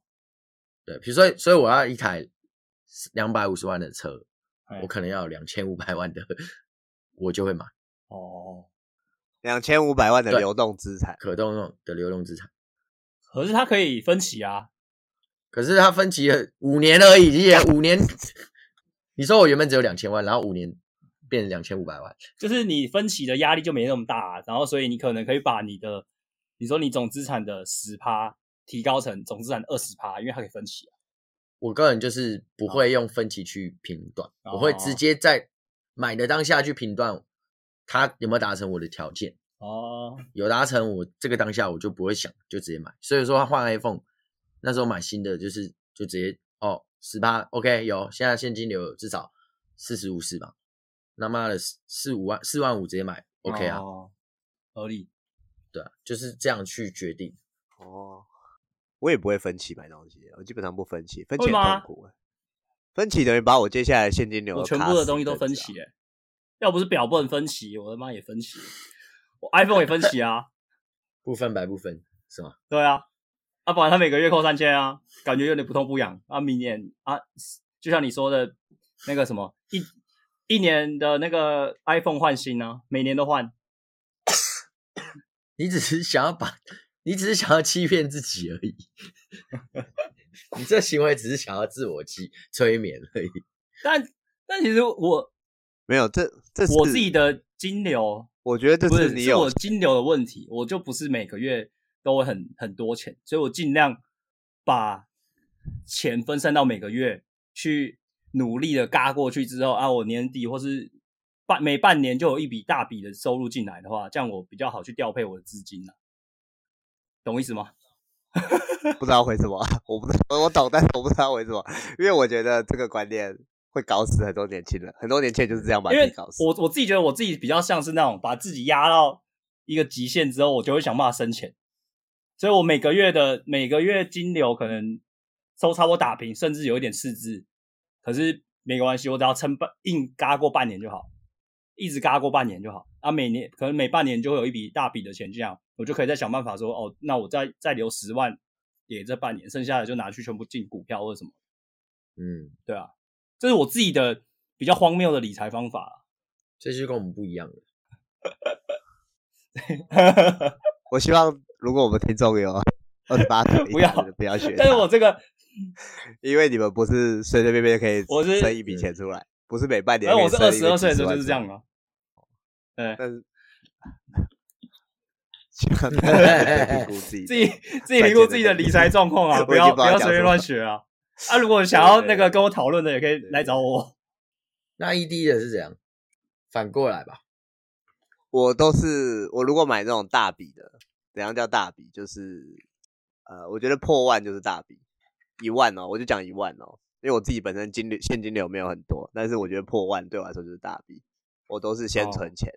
C: 对，比如说，所以我要一台两百五十万的车，
B: 哎
C: 我可能要有两千五百万的， [laughs] 我就会买
B: 哦，
A: 两千五百万的
C: 对
A: 流动资产，
C: 可动用的流动资产。
B: 可是它可以分期啊，
C: 可是它分期了五年而已，也五年。你说我原本只有两千万，然后五年变两千五百万，
B: 就是你分期的压力就没那么大、啊然后所以你可能可以把你的，你说你总资产的十趴提高成总资产二十趴，因为它可以分期啊。
C: 我个人就是不会用分期去评断，
B: 哦
C: 我会直接在买的当下去评断它有没有达成我的条件。
B: 哦，
C: 有达成，我这个当下我就不会想，就直接买。所以说换 iPhone 那时候买新的，就是就直接哦，十八 OK 有，现在现金流有至少四十五四吧，那妈的四四五万四万五直接买 OK 啊，
B: 哦，合理。
C: 对啊，就是这样去决定。
A: 哦，我也不会分期买东西，我基本上不分期，分期
B: 会
A: 很
B: 吗
A: 痛苦欸。分期等于把我接下来的现金流
B: 我
A: 卡
B: 全部的
A: 死
B: 东西
A: 一
B: 都
A: 阵
B: 分
A: 子啊
B: 期、欸，要不是表不能分期，我他妈也分期，我 iPhone 也分期啊，
C: 不分白不分是吗？
B: 对啊，啊，不然他每个月扣三千啊，感觉有点不痛不痒啊。明年啊，就像你说的那个什么一一年的那个 iPhone 换新啊，每年都换，
C: 你只是想要把，你只是想要欺骗自己而已， [laughs] 你这行为只是想要自我欺催眠而已。
B: 但但其实我
A: 没有，这这是
B: 我自己，的金流
A: 我觉得
B: 不
A: 这
B: 是
A: 你
B: 是
A: 有
B: 我金流的问题，我就不是每个月都会很很多钱，所以我尽量把钱分散到每个月去努力的嘎过去之后啊，我年底或是半每半年就有一笔大笔的收入进来的话，这样我比较好去调配我的资金了、懂意思吗？
A: 不知道回什么，我不知道，我懂，但是我不知道回什么，因为我觉得这个观念会搞死很多年轻人，很多年轻人就是这样把
B: 因
A: 自己
B: 为
A: 搞死。
B: 我我自己觉得我自己比较像是那种把自己压到一个极限之后，我就会想办法生钱，所以我每个月的每个月金流可能收差不多打平，甚至有一点赤字，可是没关系，我只要撑半硬嘎过半年就好，一直嘎过半年就好。啊，每年可能每半年就会有一笔大笔的钱，这样我就可以再想办法说，哦，那我再再留十万给这半年，剩下的就拿去全部进股票或者什么，
C: 嗯，
B: 对啊，这是我自己的比较荒谬的理财方法啊、
C: 这就跟我们不一样了。
B: 啊 [laughs]
A: 我希望如果我们听众有二十八岁，
B: 不要
A: 不要学他，
B: [laughs] 但是我这个，
A: 因为你们不是随随便便就可以
B: 我是
A: 生一笔钱出来，不是每半年
B: 而
A: 可以
B: 我是
A: 生
B: 二
A: 一
B: 十
A: 个
B: 二
A: 几
B: 岁的时
A: 万
B: 候就是
A: 出
B: 这样
A: 来，
B: 啊。对，
A: 但是 [laughs] 希望大家可以评估自己的
B: [laughs] 自己自己评估自己的理财状况啊，
A: 我
B: 不
A: 已
B: 要
A: 经
B: 不
A: 不知道
B: 要
A: 讲
B: 随便
A: 什么
B: 乱学啊。啊，如果想要那个跟我讨论的，也可以来找我。
C: 那 ED 的是怎样？反过来吧，
A: 我都是我如果买那种大笔的，怎样叫大笔？就是呃，我觉得破万就是大笔，一万哦，我就讲一万哦，因为我自己本身金流现金流没有很多，但是我觉得破万对我来说就是大笔。我都是先
B: 哦
A: 存钱，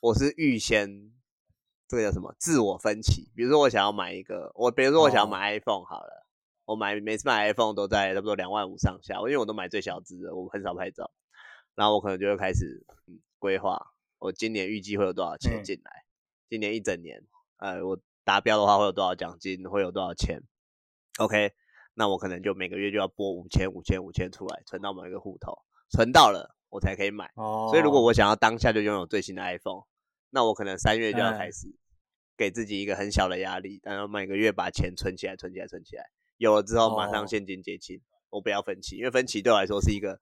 A: 我是预先这个叫什么自我分歧。比如说我想要买一个，我比如说我想要
B: 哦
A: 买 iPhone 好了，我买每次买 iPhone 都在差不多两万五上下，因为我都买最小只的，我很少拍照。然后我可能就会开始嗯规划，我今年预计会有多少钱
B: 嗯
A: 进来，今年一整年，呃，我达标的话会有多少奖金，会有多少钱？OK，那我可能就每个月就要拨五千、五千、五千出来，存到某一个户头，存到了我才可以买。
B: 哦
A: 所以如果我想要当下就拥有最新的 iPhone，那我可能三月就要
B: 哎
A: 开始给自己一个很小的压力，然后每个月把钱存起来、存起来、存起来，有了之后马上
B: 哦
A: 现金结清，我不要分期，因为分期对我来说是一个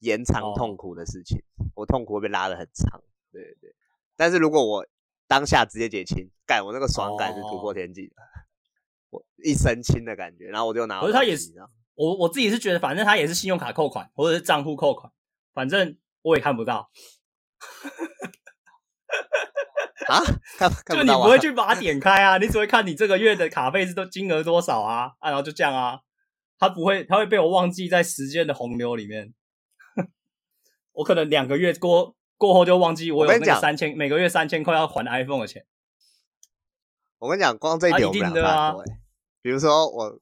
A: 延长
B: 哦
A: 痛苦的事情，我痛苦会被拉得很长。对对对，但是如果我当下直接结清，干我那个爽感是突
B: 哦
A: 破天际的。我一身轻的感觉，然后我就拿到
B: 可
A: 手
B: 是
A: 机。
B: 他也是
A: 你知道吗
B: 我我自己是觉得，反正他也是信用卡扣款或者是账户扣款，反正我也看不到。
A: 啊， [laughs] 看看
B: [laughs] 就
A: 不
B: 你
A: 到
B: 不
A: 啊
B: 会。去把它点开啊，你只会看你这个月的卡费是都金额多少啊，啊，然后就这样啊，它不会，它会被我忘记在时间的洪流里面。我可能两个月过过后就忘记我
A: 我
B: 有
A: 跟
B: 那
A: 你
B: 个
A: 讲
B: 三千，每个月三千块要还 iPhone 的钱。
A: 我跟你讲，光这一
B: 啊
A: 点
B: 一
A: 我们
B: 定
A: 两
B: 的
A: 个差
B: 啊
A: 很多、欸。比如说我，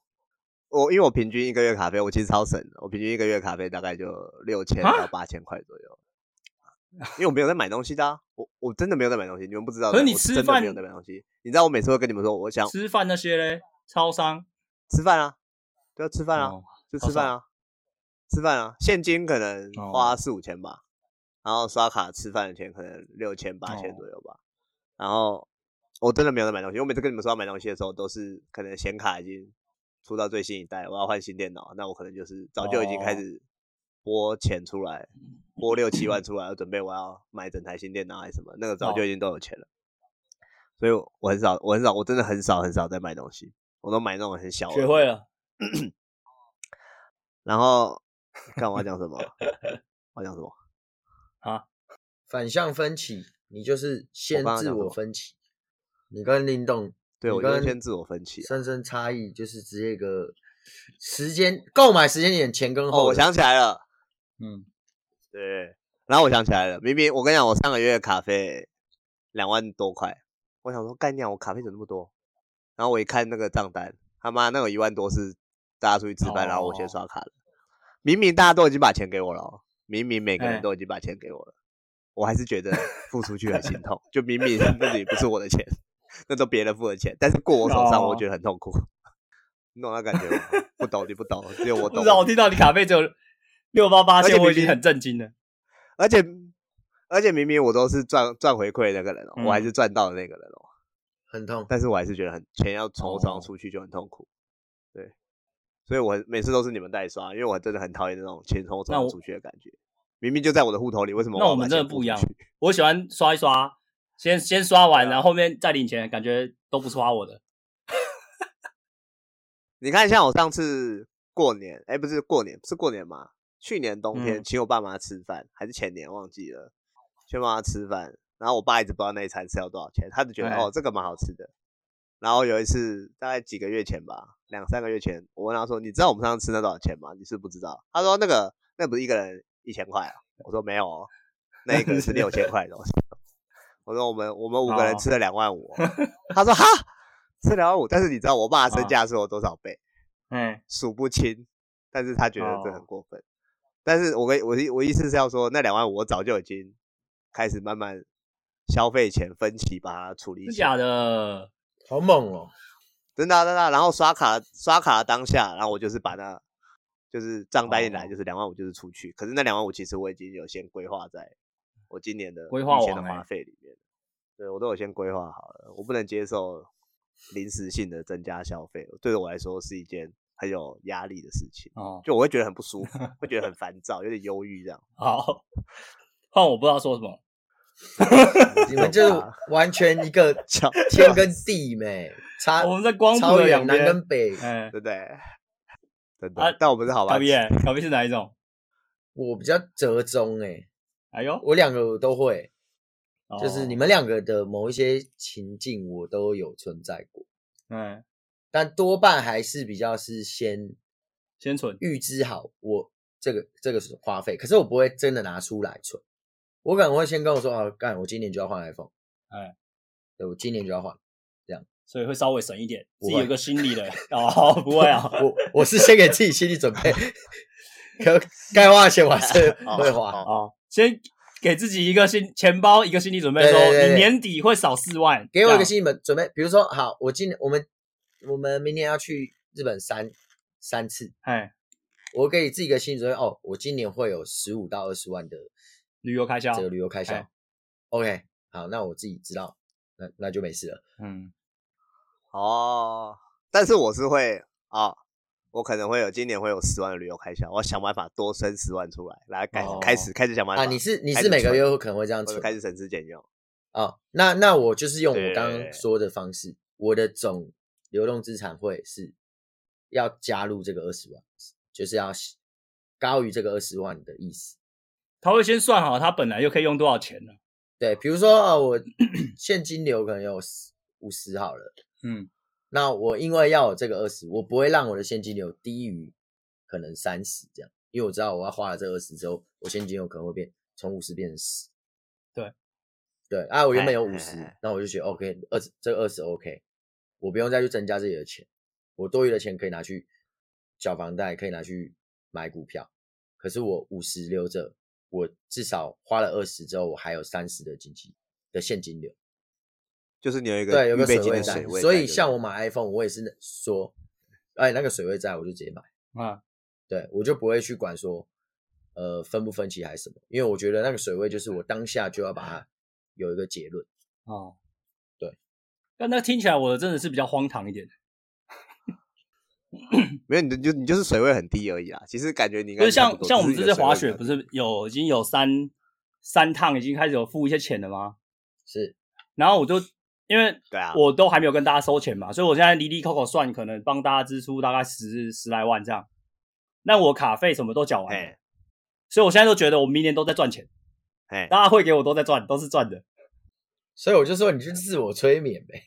A: 我因为我平均一个月卡费，我其实超省的，我平均一个月卡费大概就六千
B: 啊
A: 到八千块左右。因为我没有在买东西的、啊，我我真的没有在买东西，你们不知道的。
B: 可是你
A: 我
B: 吃
A: 真的
B: 饭
A: 没有在买东西，你知道我每次会跟你们说，我想
B: 吃饭那些嘞，超商
A: 吃饭啊，对啊，吃饭啊，
B: 哦
A: 就
B: 好
A: 吃饭
B: 爽
A: 啊，吃饭啊，现金可能
B: 哦
A: 花四五千吧，然后刷卡吃饭的钱可能六千八千
B: 哦
A: 左右吧，然后我真的没有在买东西，我每次跟你们说要买东西的时候，都是可能显卡已经出到最新一代，我要换新电脑，那我可能就是早就已经开
B: 哦
A: 始拨钱出来，拨六七万
B: 嗯
A: 出来，准备我要买整台新电脑还是什么，那个早
B: 哦
A: 就已经都有钱了。所以我我很少，我很少，我真的很少很少在买东西，我都买那种很小。
B: 学会
A: 了。
B: 了，
A: 然后，看我要讲什么？ [laughs] 我要讲什么？
C: 反向分歧，你就是先
A: 我刚刚
C: 自
A: 讲什
C: 我
A: 么
C: 分歧。你跟林董
A: 对，
C: 你
A: 我就
C: 跟
A: 先自我分歧啊、
C: 深深差异，就是直接一个时间购买时间点前跟
A: 哦，
C: 后的。
A: 我想起来了，
B: 嗯，
A: 对。然后我想起来了，明明我跟你讲，我上个月卡费两万多块，我想说概念我卡费怎么那么多？然后我一看那个账单，他妈那有一万多是大家出去吃饭，然后我先
B: 哦
A: 刷卡了。明明大家都已经把钱给我了哦，明明每个
B: 哎
A: 人都已经把钱给我了，我还是觉得付出去很心痛。就明明那也不是我的钱，那都别人付的钱，但是过我手上，我
B: 哦
A: 觉得很痛苦。 [laughs] 你懂那感觉吗？不懂你不懂，只有我
B: 不
A: 懂
B: 知。道我听到你卡费只有六八八
A: 而且
B: 千，我已
A: 明
B: 经
A: 明
B: 很震惊了。
A: 而且而且明明我都是赚赚回馈的那个人、哦，
B: 嗯
A: 我还是赚到的那个人哦，
C: 很痛，
A: 但是我还是觉得很钱要从我手上
B: 哦
A: 出去就很痛苦，对，所以我每次都是你们代刷，因为我真的很讨厌那种钱从我手
B: 那
A: 上
B: 我
A: 出去的感觉，明明就在我的户头里，为什么
B: 那
A: 要
B: 我
A: 把
B: 们真的
A: 钱付
B: 不一
A: 出
B: 样
A: 去，
B: 我喜欢刷一刷，先先刷完，
A: 对啊
B: 然后后面再领钱，感觉都不刷我的。
A: 你看，像我上次过年，哎、不是过年，是过年吗？去年冬天
B: 嗯
A: 请我爸妈吃饭，还是前年忘记了，请我爸妈吃饭，然后我爸一直不知道那一餐是要多少钱，他就觉得、
B: 哎
A: 哦这个蛮好吃的。然后有一次，大概几个月前吧，两三个月前，我问他说：“你知道我们上次吃那多少钱吗？”你是不知道。他说：“那个那不是一个人一千块啊？”我说：“没有哦，那一个人是六千块的东西。”我说：“我们我们五个人
B: 哦
A: 吃了两万五哦。”他说：“哈，吃两万五，但是你知道我爸的
B: 哦
A: 身价是我多少倍？”
B: 嗯，
A: 数不清，但是他觉得这
B: 哦
A: 很过分。但是我跟我的我意思是要说，那两万五我早就已经开始慢慢消费前分期把它处理
B: 真
A: 起来，
B: 假的？
C: 好猛哦！
A: 真的啊、真的啊、然后刷卡刷卡当下，然后我就是把那就是账单一来
B: 哦
A: 就是两万五就是出去，可是那两万五其实我已经有先规划在我今年的
B: 规划
A: 以前的
B: 完欸
A: 花费里面，对我都有先规划好了，我不能接受临时性的增加消费，对我来说是一件很有压力的事情。
B: 哦，
A: 就我会觉得很不舒服，会觉得很烦躁，有点忧郁
C: [laughs]
A: 这样。
B: 好，换我不知道说什
A: 嗯
B: 么。
C: 你们就是完全一个
A: 笑
C: [laughs] 天跟地没差，
B: 我们在光谱
C: 啊超
B: 的两
C: 远南
B: 边。
C: 跟北。
B: 哎，
A: 对不对？真的，
B: 啊
A: 但我们是好吧
B: 卡？比，卡比是哪一种？
C: 我比较折中哎，
B: 哎呦，
C: 我两个我都会，
B: 哦
C: 就是你，们两个的某一些情境我都有存在过，
B: 嗯，
C: 但多半还是比较是先
B: 先存
C: 预支好我这个这个是花费，可是我不会真的拿出来存，我可能会先跟我说啊，干，我今年就要换 iPhone，
B: 哎，
C: 对我今年就要换，
B: 所以会稍微省一点，
C: 不
B: 自
C: 会
B: 己有个心理的哦，不会啊，
C: 我我是先给自己心理准
A: [laughs]
C: 备，可该花的钱我还是会花，
B: 哦，先给自己一个心钱包一个心理准备，
C: 对
B: 说
C: 对对
B: 你
C: 对
B: 年底会少四万，
C: 给我
B: 这
C: 一个
B: 样
C: 心理准准备，比如说好，我今年我们我们明年要去日本三三次，
B: 哎，
C: 我给自己一个心理准备，哦，我今年会有十五到二十万的
B: 旅游开销
C: 这，个旅游开销
B: 哎
C: ，OK，好，那我自己知道，那那就没事了。
B: 嗯，
A: 哦，但是我是会啊、哦我可能会有今年会有十万的旅游开销，我要想办法多生十万出来，来开、
B: 哦
A: 开始开始想办法。
C: 啊，你是你
A: 开
C: 是
A: 始
C: 每个
A: 存
C: 月会可能会这样
A: 我
C: 存
A: 就开始省吃俭用。
C: 哦，那那我就是用我
A: 对
C: 刚刚说的方式，我的总流动资产会是要加入这个二十万，就是要高于这个二十万的意思。
B: 他会先算好他本来又可以用多少钱呢？
C: 对，比如说啊，我现金流可能有五十好了，
B: 嗯
C: 那我因为要有这个二十，我不会让我的现金流低于可能三十这样，因为我知道我要花了这二十之后，我现金流可能会变从五十变成十。
B: 对，
C: 对啊，我原本有
A: 哎哎
C: 五十，那我就觉得 OK，二十这二十 OK，我不用再去增加自己的钱，我多余的钱可以拿去缴房贷，可以拿去买股票，可是我五十留着，我至少花了二十之后，我还有三十的经济的现金流。
A: 就是你有一个
C: 对，有
A: 预
C: 个
A: 备
C: 水
A: 金
C: 位
A: 的
C: 在
A: 水。位在，
C: 所
A: 对
C: 以
A: 不
C: 像
A: 对
C: 我买 iPhone，我也是说，哎，那个水位在，我就直接买。
B: 啊，
C: 对我就不会去管说，呃，分不分期还是什么，因为我觉得那个水位就是我当下就要把它有一个结论。
B: 哦，
C: 对。
B: 但那听起来我的真的是比较荒唐一点，
A: 没有你的你就你就是水位很低而已啊。其实感觉你应
B: 就
A: 该
B: 是
A: 差不
B: 像
A: 多
B: 像我们
A: 只
B: 这
A: 是
B: 次
A: 你的水位
B: 滑
A: 比
B: 雪
A: 较
B: 不是有已经有三三趟已经开始有付一些钱了吗？
C: 是，
B: 然后我就因为
A: 对啊，
B: 我都还没有跟大家收钱嘛，所以我现在离离扣扣算，可能帮大家支出大概十十来万这样。那我卡费什么都缴完了
A: 哎，
B: 所以我现在都觉得我明年都在赚钱，
A: 哎，
B: 大家会给我都在赚，都是赚的。
C: 所以我就说你去自我催眠呗。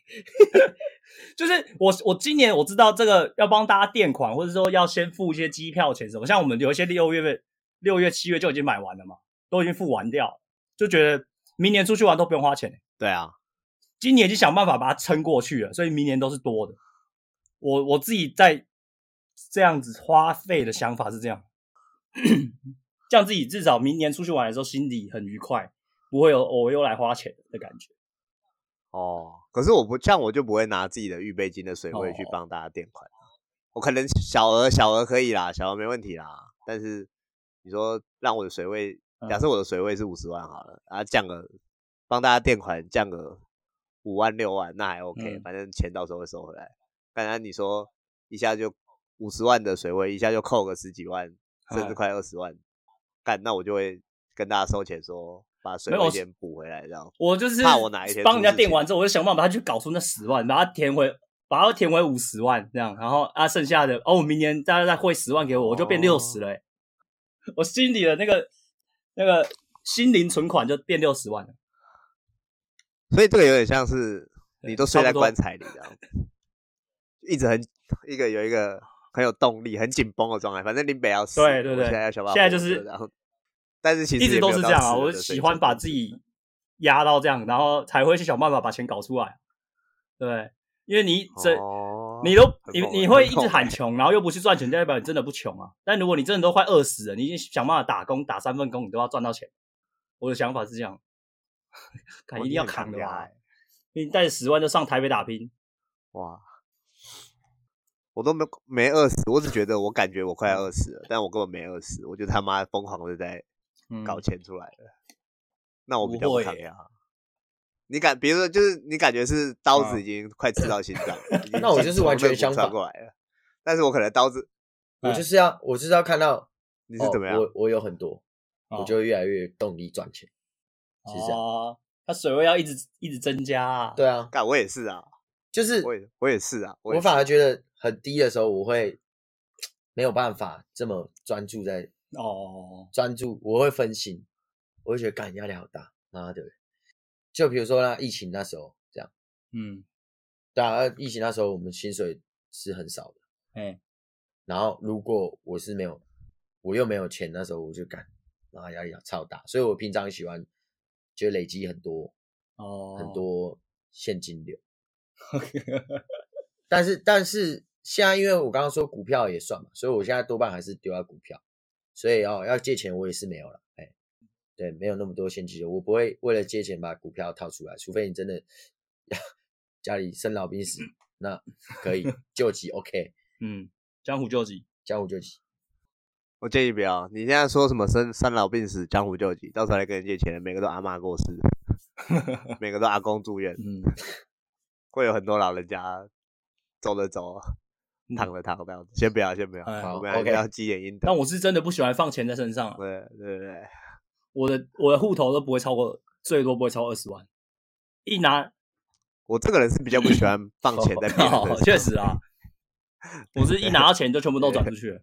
B: 就是我我今年我知道这个要帮大家垫款，或者说要先付一些机票钱什么，像我们有一些六月六月七月就已经买完了嘛，都已经付完掉了，就觉得明年出去玩都不用花钱、
A: 对啊，
B: 今年已经想办法把它撑过去了，所以明年都是多的。我我自己在这样子花费的想法是这样， [clears throat] 这样自己至少明年出去玩的时候心里很愉快，不会有哦我又来花钱的感觉。
A: 哦，可是我不像我就不会拿自己的预备金的水位去
B: 哦
A: 帮大家垫款，啊我可能小额小额可以啦，小额没问题啦，但是你说让我的水位，假
B: 嗯
A: 设我的水位是五十万好了，啊降个帮大家垫款降个五万六万那还 OK，、
B: 嗯
A: 反正钱到时候会收回来。刚才你说一下就五十万的水位，一下就扣个十几万，甚
B: 哎
A: 至快二十万，干那我就会跟大家收钱说把水
B: 没有
A: 位
B: 我是
A: 先补回来这样。
B: 我就是
A: 怕我哪一天
B: 帮人家
A: 出事情
B: 垫完之后，我就想办法把它去搞出那十万，把它填回，把它填回五十万这样，然后啊剩下的哦，我明年大家再汇十万给我，我就变
A: 哦
B: 六十了、欸。我心里的那个那个心灵存款就变六十万了。 [laughs]
A: 所以这个有点像是
B: 对
A: 你都睡
B: 差
A: 在
B: 不多
A: 棺材里这样子，一直很一个有一个很有动力、很紧绷的状态。反正林北要死，
B: 对对
A: 我
B: 对
A: 现在要想办法活着。
B: 现在就是
A: 然后，但是其实
B: 一直
A: 也没
B: 都
A: 有
B: 是
A: 到
B: 这样
A: 死
B: 啊，
A: 的
B: 我
A: 水
B: 喜
A: 准
B: 欢把自己压到这样，然后才会去想办法把钱搞出来。对，因为你这、
A: 哦
B: 你都
A: 很
B: 你
A: 猛欸
B: 你会
A: 很
B: 一
A: 猛
B: 直
A: 欸
B: 喊穷，然后又不去赚钱，代表你真的不穷啊。但如果你真的都快饿死了，你已经想办法打工打三份工，你都要赚到钱。我的想法是这样，
A: 哇
B: 看
A: 哦你
B: 一定要
A: 很
B: 扛
A: 强
B: 的
A: 大
B: 吧
A: 欸，
B: 你带着十万就上台北打拼，
A: 哇！我都没没饿死，我只觉得我感觉我快要饿死了，但我根本没饿死，我就他妈疯狂的在
B: 嗯
A: 搞钱出来了。那我比
B: 不
A: 较不
B: 会
A: 抗
B: 耶
A: 压。你感，比如说，就是你感觉是刀子
B: 嗯
A: 已经快刺到心脏了，
C: [laughs]
A: 已经
C: 那我就是
A: 从
C: 完全
A: 肋骨
C: 相
A: 穿
C: 反
A: 过来了。但是我可能刀子，
B: 哎
C: 我就是要，我就是要看到
A: 嗯你是怎么样？哦
C: 哦、我我有很多，我就会越来越有动力赚钱。是这样
B: 哦，那水位要一直一直增加啊。
C: 对啊，
A: 干，我也是啊，
C: 就是
A: 我也我也是啊，我
C: 我
A: 也
C: 反
A: 是
C: 而觉得很低的时候，我会没有办法这么专注在
B: 哦，
C: 专注，我会分心，我会觉得干压力好大，妈的！就比如说那疫情那时候这样，
B: 嗯，
C: 对啊，呃疫情那时候我们薪水是很少的，
B: 哎，
C: 然后如果我是没有，我又没有钱，那时候我就干，妈压力好超大，所以我平常喜欢就累积很多
B: 哦，
C: 很多现
A: [laughs]
C: 金流， [laughs] 但是但是现在因为我刚刚说股票也算嘛，所以我现在多半还是丢在股票，所以哦要借钱我也是没有了，哎，对，没有那么多现金流，我不会为了借钱把股票套出来，除非你真的家里生老病死，那可以救急，OK，
B: 嗯，江湖救急。
C: 江湖救急，
A: 我建议不要。你现在说什么生生老病死、江湖救急，到时候来跟人借钱，每个都阿妈过世，
C: [laughs]
A: 每个都阿公住院，
B: 嗯，
A: 会有很多老人家走着走，
B: 嗯
A: 躺着躺这样子。先不要，先不要，
B: 哎
A: 我们还
C: 好
A: 是
C: ，OK
A: 要积点阴德
B: 但。我是真的不喜欢放钱在身上、啊，
A: 对对对，
B: 我的我的户头都不会超过，最多不会超过二十万。一拿
A: 我这个人是比较不喜欢放钱
B: [laughs]
A: 在别人身
B: 哦
A: 上，
B: 确实啊，我是一拿到钱就全部都转出去了。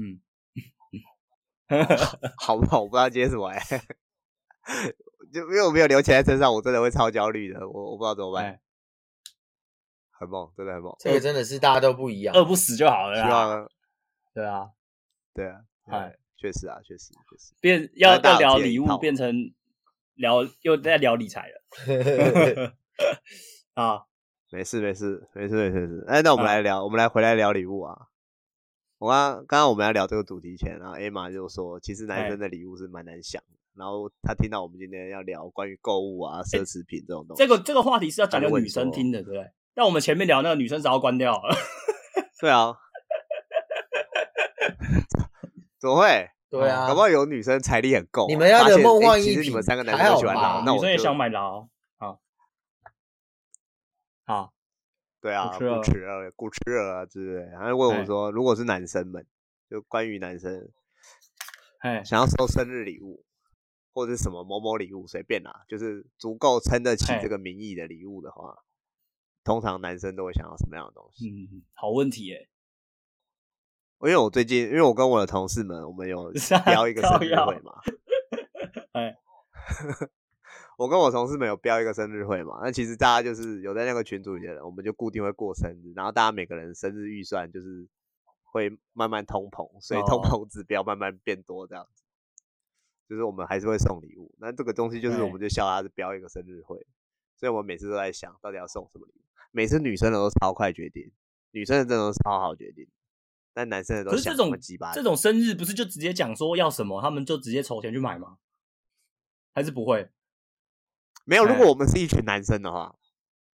B: 嗯，
A: 好不好？我不知道接什么哎、 [laughs] 就因为我没有留钱在身上，我真的会超焦虑的，我我不知道怎么办，
B: 哎
A: 很猛，真的很猛，
C: 这个真的是大家都不一
B: [laughs]
C: 样。
A: 哦
C: [laughs]
B: 饿不死就好了
A: 希
B: 啦。
A: 望
B: 对啊，
A: 对啊，
B: 哎
A: 对，确实啊，确实确实，
B: 变要
A: 那大
B: 要
A: 家
B: 聊
A: 借一
B: 礼物
A: 套
B: 变成聊又在聊理财了啊。
A: 没事没事没事没事没事，哎，那我们
B: 啊
A: 来聊，我们来回来聊礼物啊。我刚刚刚我们要聊这个主题前，然后 Emma 就说，其实男
B: 哎
A: 生的礼物是蛮难想的。然后他听到我们今天要聊关于购物啊、奢侈品这种东西，
B: 哎这个这个话题是要讲给
A: 他就问
B: 女生
A: 说
B: 听的，对不对？但我们前面聊那个女生早要关掉了。
A: 对啊， [laughs] 怎么会？
C: 对啊，
A: 搞不好有女生财力很够啊、
C: 你们要
A: 发
C: 的
A: 现
C: 梦
A: 诶
C: 幻
A: 其
C: 一
A: 实你们
C: 品
A: 三个男
C: 还
A: 生都
C: 好
A: 喜欢
C: 吧
A: 劳，那
B: 女
A: 我
B: 生也
A: 就
B: 想买劳，好，好，
A: 对啊，
B: 吃了
A: 不吃了，不吃了啊之类的。然后问
B: 哎
A: 我说，如果是男生们，就关于男生
B: 哎，
A: 想要收生日礼物，或者是什么某某礼物，随便啦，就是足够撑得起
B: 哎
A: 这个名义的礼物的话，通常男生都会想要什么样的东西？
B: 嗯，好问题哎，。
A: 因为我最近，因为我跟我的同事们，我们有标一个生日会嘛
B: 啊哎，
A: 我跟我同事们有标一个生日会嘛。那其实大家就是有在那个群组里的人，我们就固定会过生日，然后大家每个人生日预算就是会慢慢通膨，所以
B: 哦
A: 通膨指标慢慢变多这样子。就是我们还是会送礼物，那这个东西就是
B: 哎
A: 我们就笑它是标一个生日会，所以我们每次都在想到底要送什么礼物。每次女生的都超快决定，女生的真的都超好决定，但男生的都
B: 可是这
A: 想那
B: 种
A: 么鸡巴的。
B: 这种生日不是就直接讲说要什么，他们就直接筹钱去买吗？还是不会？
A: 没有，如
B: 哎
A: 果我们是一群男生的话，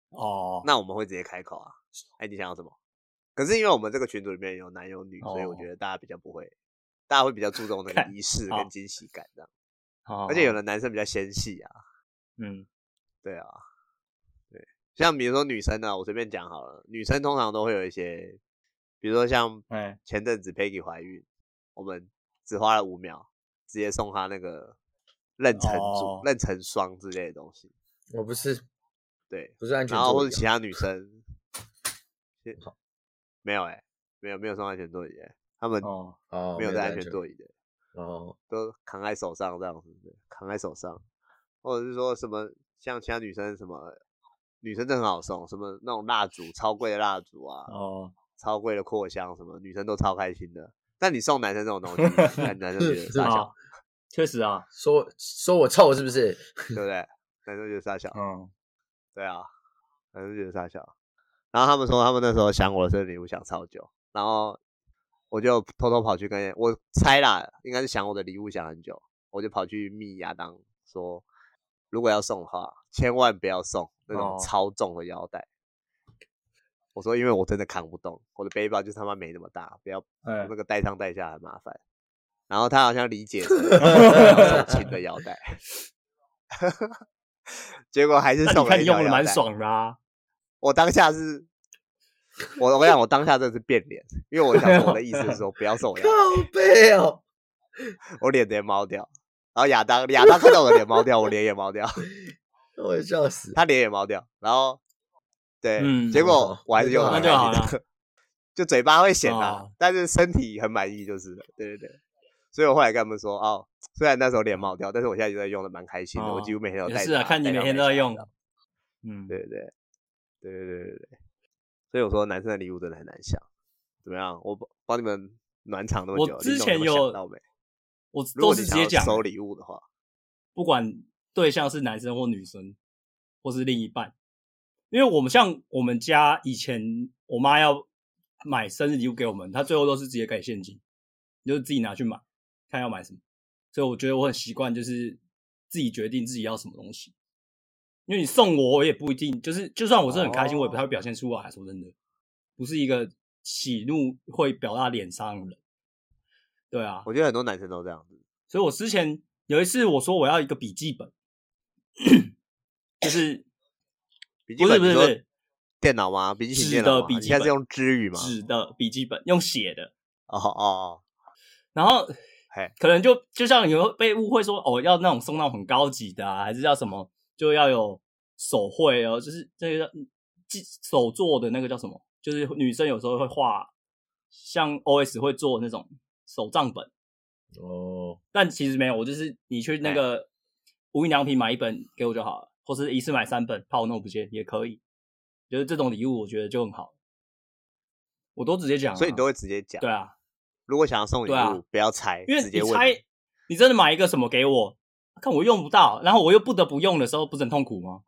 B: 哦，
A: 那我们会直接开口啊。哎，你想要什么？可是因为我们这个群组里面有男有女，所以我
B: 哦
A: 觉得大家比较不会，大家会比较注重那个
B: 看
A: 仪式
B: 好哦
A: 跟惊喜感这样。
B: 好
A: 而且有的男生比较纤细啊，
B: 嗯，
A: 对啊，对。像比如说女生呢、我随便讲好了，女生通常都会有一些，比如说像
B: 哎，
A: 前阵子 Peggy 怀孕，我们只花了五秒，直接送她那个妊娠
B: 哦
A: 组、妊娠霜之类的东西，
C: 我不是
A: 对。
C: 不是安全
A: 然后
C: 座
A: 或
C: 椅
A: 者其他女生，其没有哎、没有没有上安全座椅、欸，他们
B: 哦，
C: 啊哦，
A: 没有在
C: 在
A: 安全座椅的，
C: 哦，
A: 都扛在手上这样子，对扛在手上，或者是说什么像其他女生什么，女生真的很好送，什么那种蜡烛超贵的蜡烛啊，
B: 哦，
A: 超贵的扩香什么，女生都超开心的。但你送男生这种东西，看男生觉得
C: 是
A: 傻
B: 好
A: 啊小，，
B: 确实啊，
C: 说说我臭是不是？
A: 对不对？男生觉得傻小，
B: 嗯，
A: 对啊，男生觉得傻小。然后他们说他们那时候想我的生日礼物想超久，然后我就偷偷跑去跟我猜啦，应该是想我的礼物想很久，我就跑去密亚当说，如果要送的话，千万不要送那
B: 哦
A: 种超重的腰带。我说，因为我真的扛不动，我的背包就他妈没那么大，不要
B: 哎
A: 那，个带上带下很麻烦。然后他好像理
B: [laughs]
A: 解成我送轻的腰带， [laughs] 结果还是
B: 那
A: 送了
B: 你看
A: 一
B: 你
A: 条
B: 用
A: 腰带。
B: 的蛮爽的啊，
A: 我当下是，我我跟你讲，我当下真的是变脸，因为我想说我的意思是说不要送我腰
C: 靠
A: 带，
C: 背哦，
A: 我脸直接猫掉。然后亚当亚当看到我的脸猫掉，我脸也猫掉， [laughs]
C: 我笑死。
A: 他脸也猫掉。然后对，
B: 嗯
A: 结果
C: 好
A: 我还是用
C: 那
A: 很
B: 就好
A: 开心的就嘴巴会咸啊
B: 哦，
A: 但是身体很满意，就是了对对对。所以我后来跟他们说，哦，虽然那时候脸猫掉，但是我现在就在用的蛮开心的，我
B: 哦
A: 几乎每天都
B: 也
A: 带
B: 是啊，
A: 它
B: 看你
A: 带
B: 每
A: 上
B: 天
A: 带
B: 都在
A: 下
B: 用
A: 这样，
B: 嗯，
A: 对对对对对对对对。所以我说男生的礼物真的很难想，怎么样？我帮帮你们暖场那么久，
B: 我
A: 你
B: 之
A: 总
B: 前
A: 没
B: 有
A: 想到没？，
B: 我
A: 如
B: 都
A: 果
B: 是
A: 你
B: 直
A: 想
B: 接
A: 要
B: 讲，
A: 收礼物的话，
B: 不管对象是男生或女生，或是另一半，因为我们像我们家以前我妈要买生日礼物给我们，她最后都是直接给现金，就是自己拿去买，看要买什么。所以我觉得我很习惯，就是自己决定自己要什么东西。因为你送我，我也不一定，就是就算我是很开心，
A: 哦
B: 我也不太会表现出来。说真的，不是一个喜怒会表达脸上的人。对啊，
A: 我觉得很多男生都这样子。
B: 所以我之前有一次我说我要一个笔记本，就是
A: 笔记
B: 不是
A: 本
B: 不是
A: 你
B: 不
A: 说
B: 是
A: 电脑吗？笔记型
B: 纸
A: 电
B: 的
A: 脑吗？
B: 笔
A: 你
B: 记
A: 现在是
B: 本
A: 用知语吗？
B: 纸的笔记本，用写的，
A: 哦哦哦，
B: 然后
A: 嘿
B: 可能就就像有被误会说哦要那种送那种很高级的啊，还是要什么就要有手绘哦，就是这个记手做的那个叫什么，就是女生有时候会画，像 OS 会做那种手账本。
C: 哦，
B: 但其实没有，我就是你去那个无印良品买一本给我就好了，或是一次买三本，怕我弄不见也可以。就是这种礼物，我觉得就很好，我都直接讲
A: 哦
B: 啊、
A: 所以你都会直接讲。
B: 对啊，
A: 如果想要送礼
B: 对啊
A: 物，不要猜，
B: 因为
A: 直接
B: 你
A: 问。
B: 猜你真的买一个什么给我，看我用不到，然后我又不得不用的时候，不是很痛苦吗？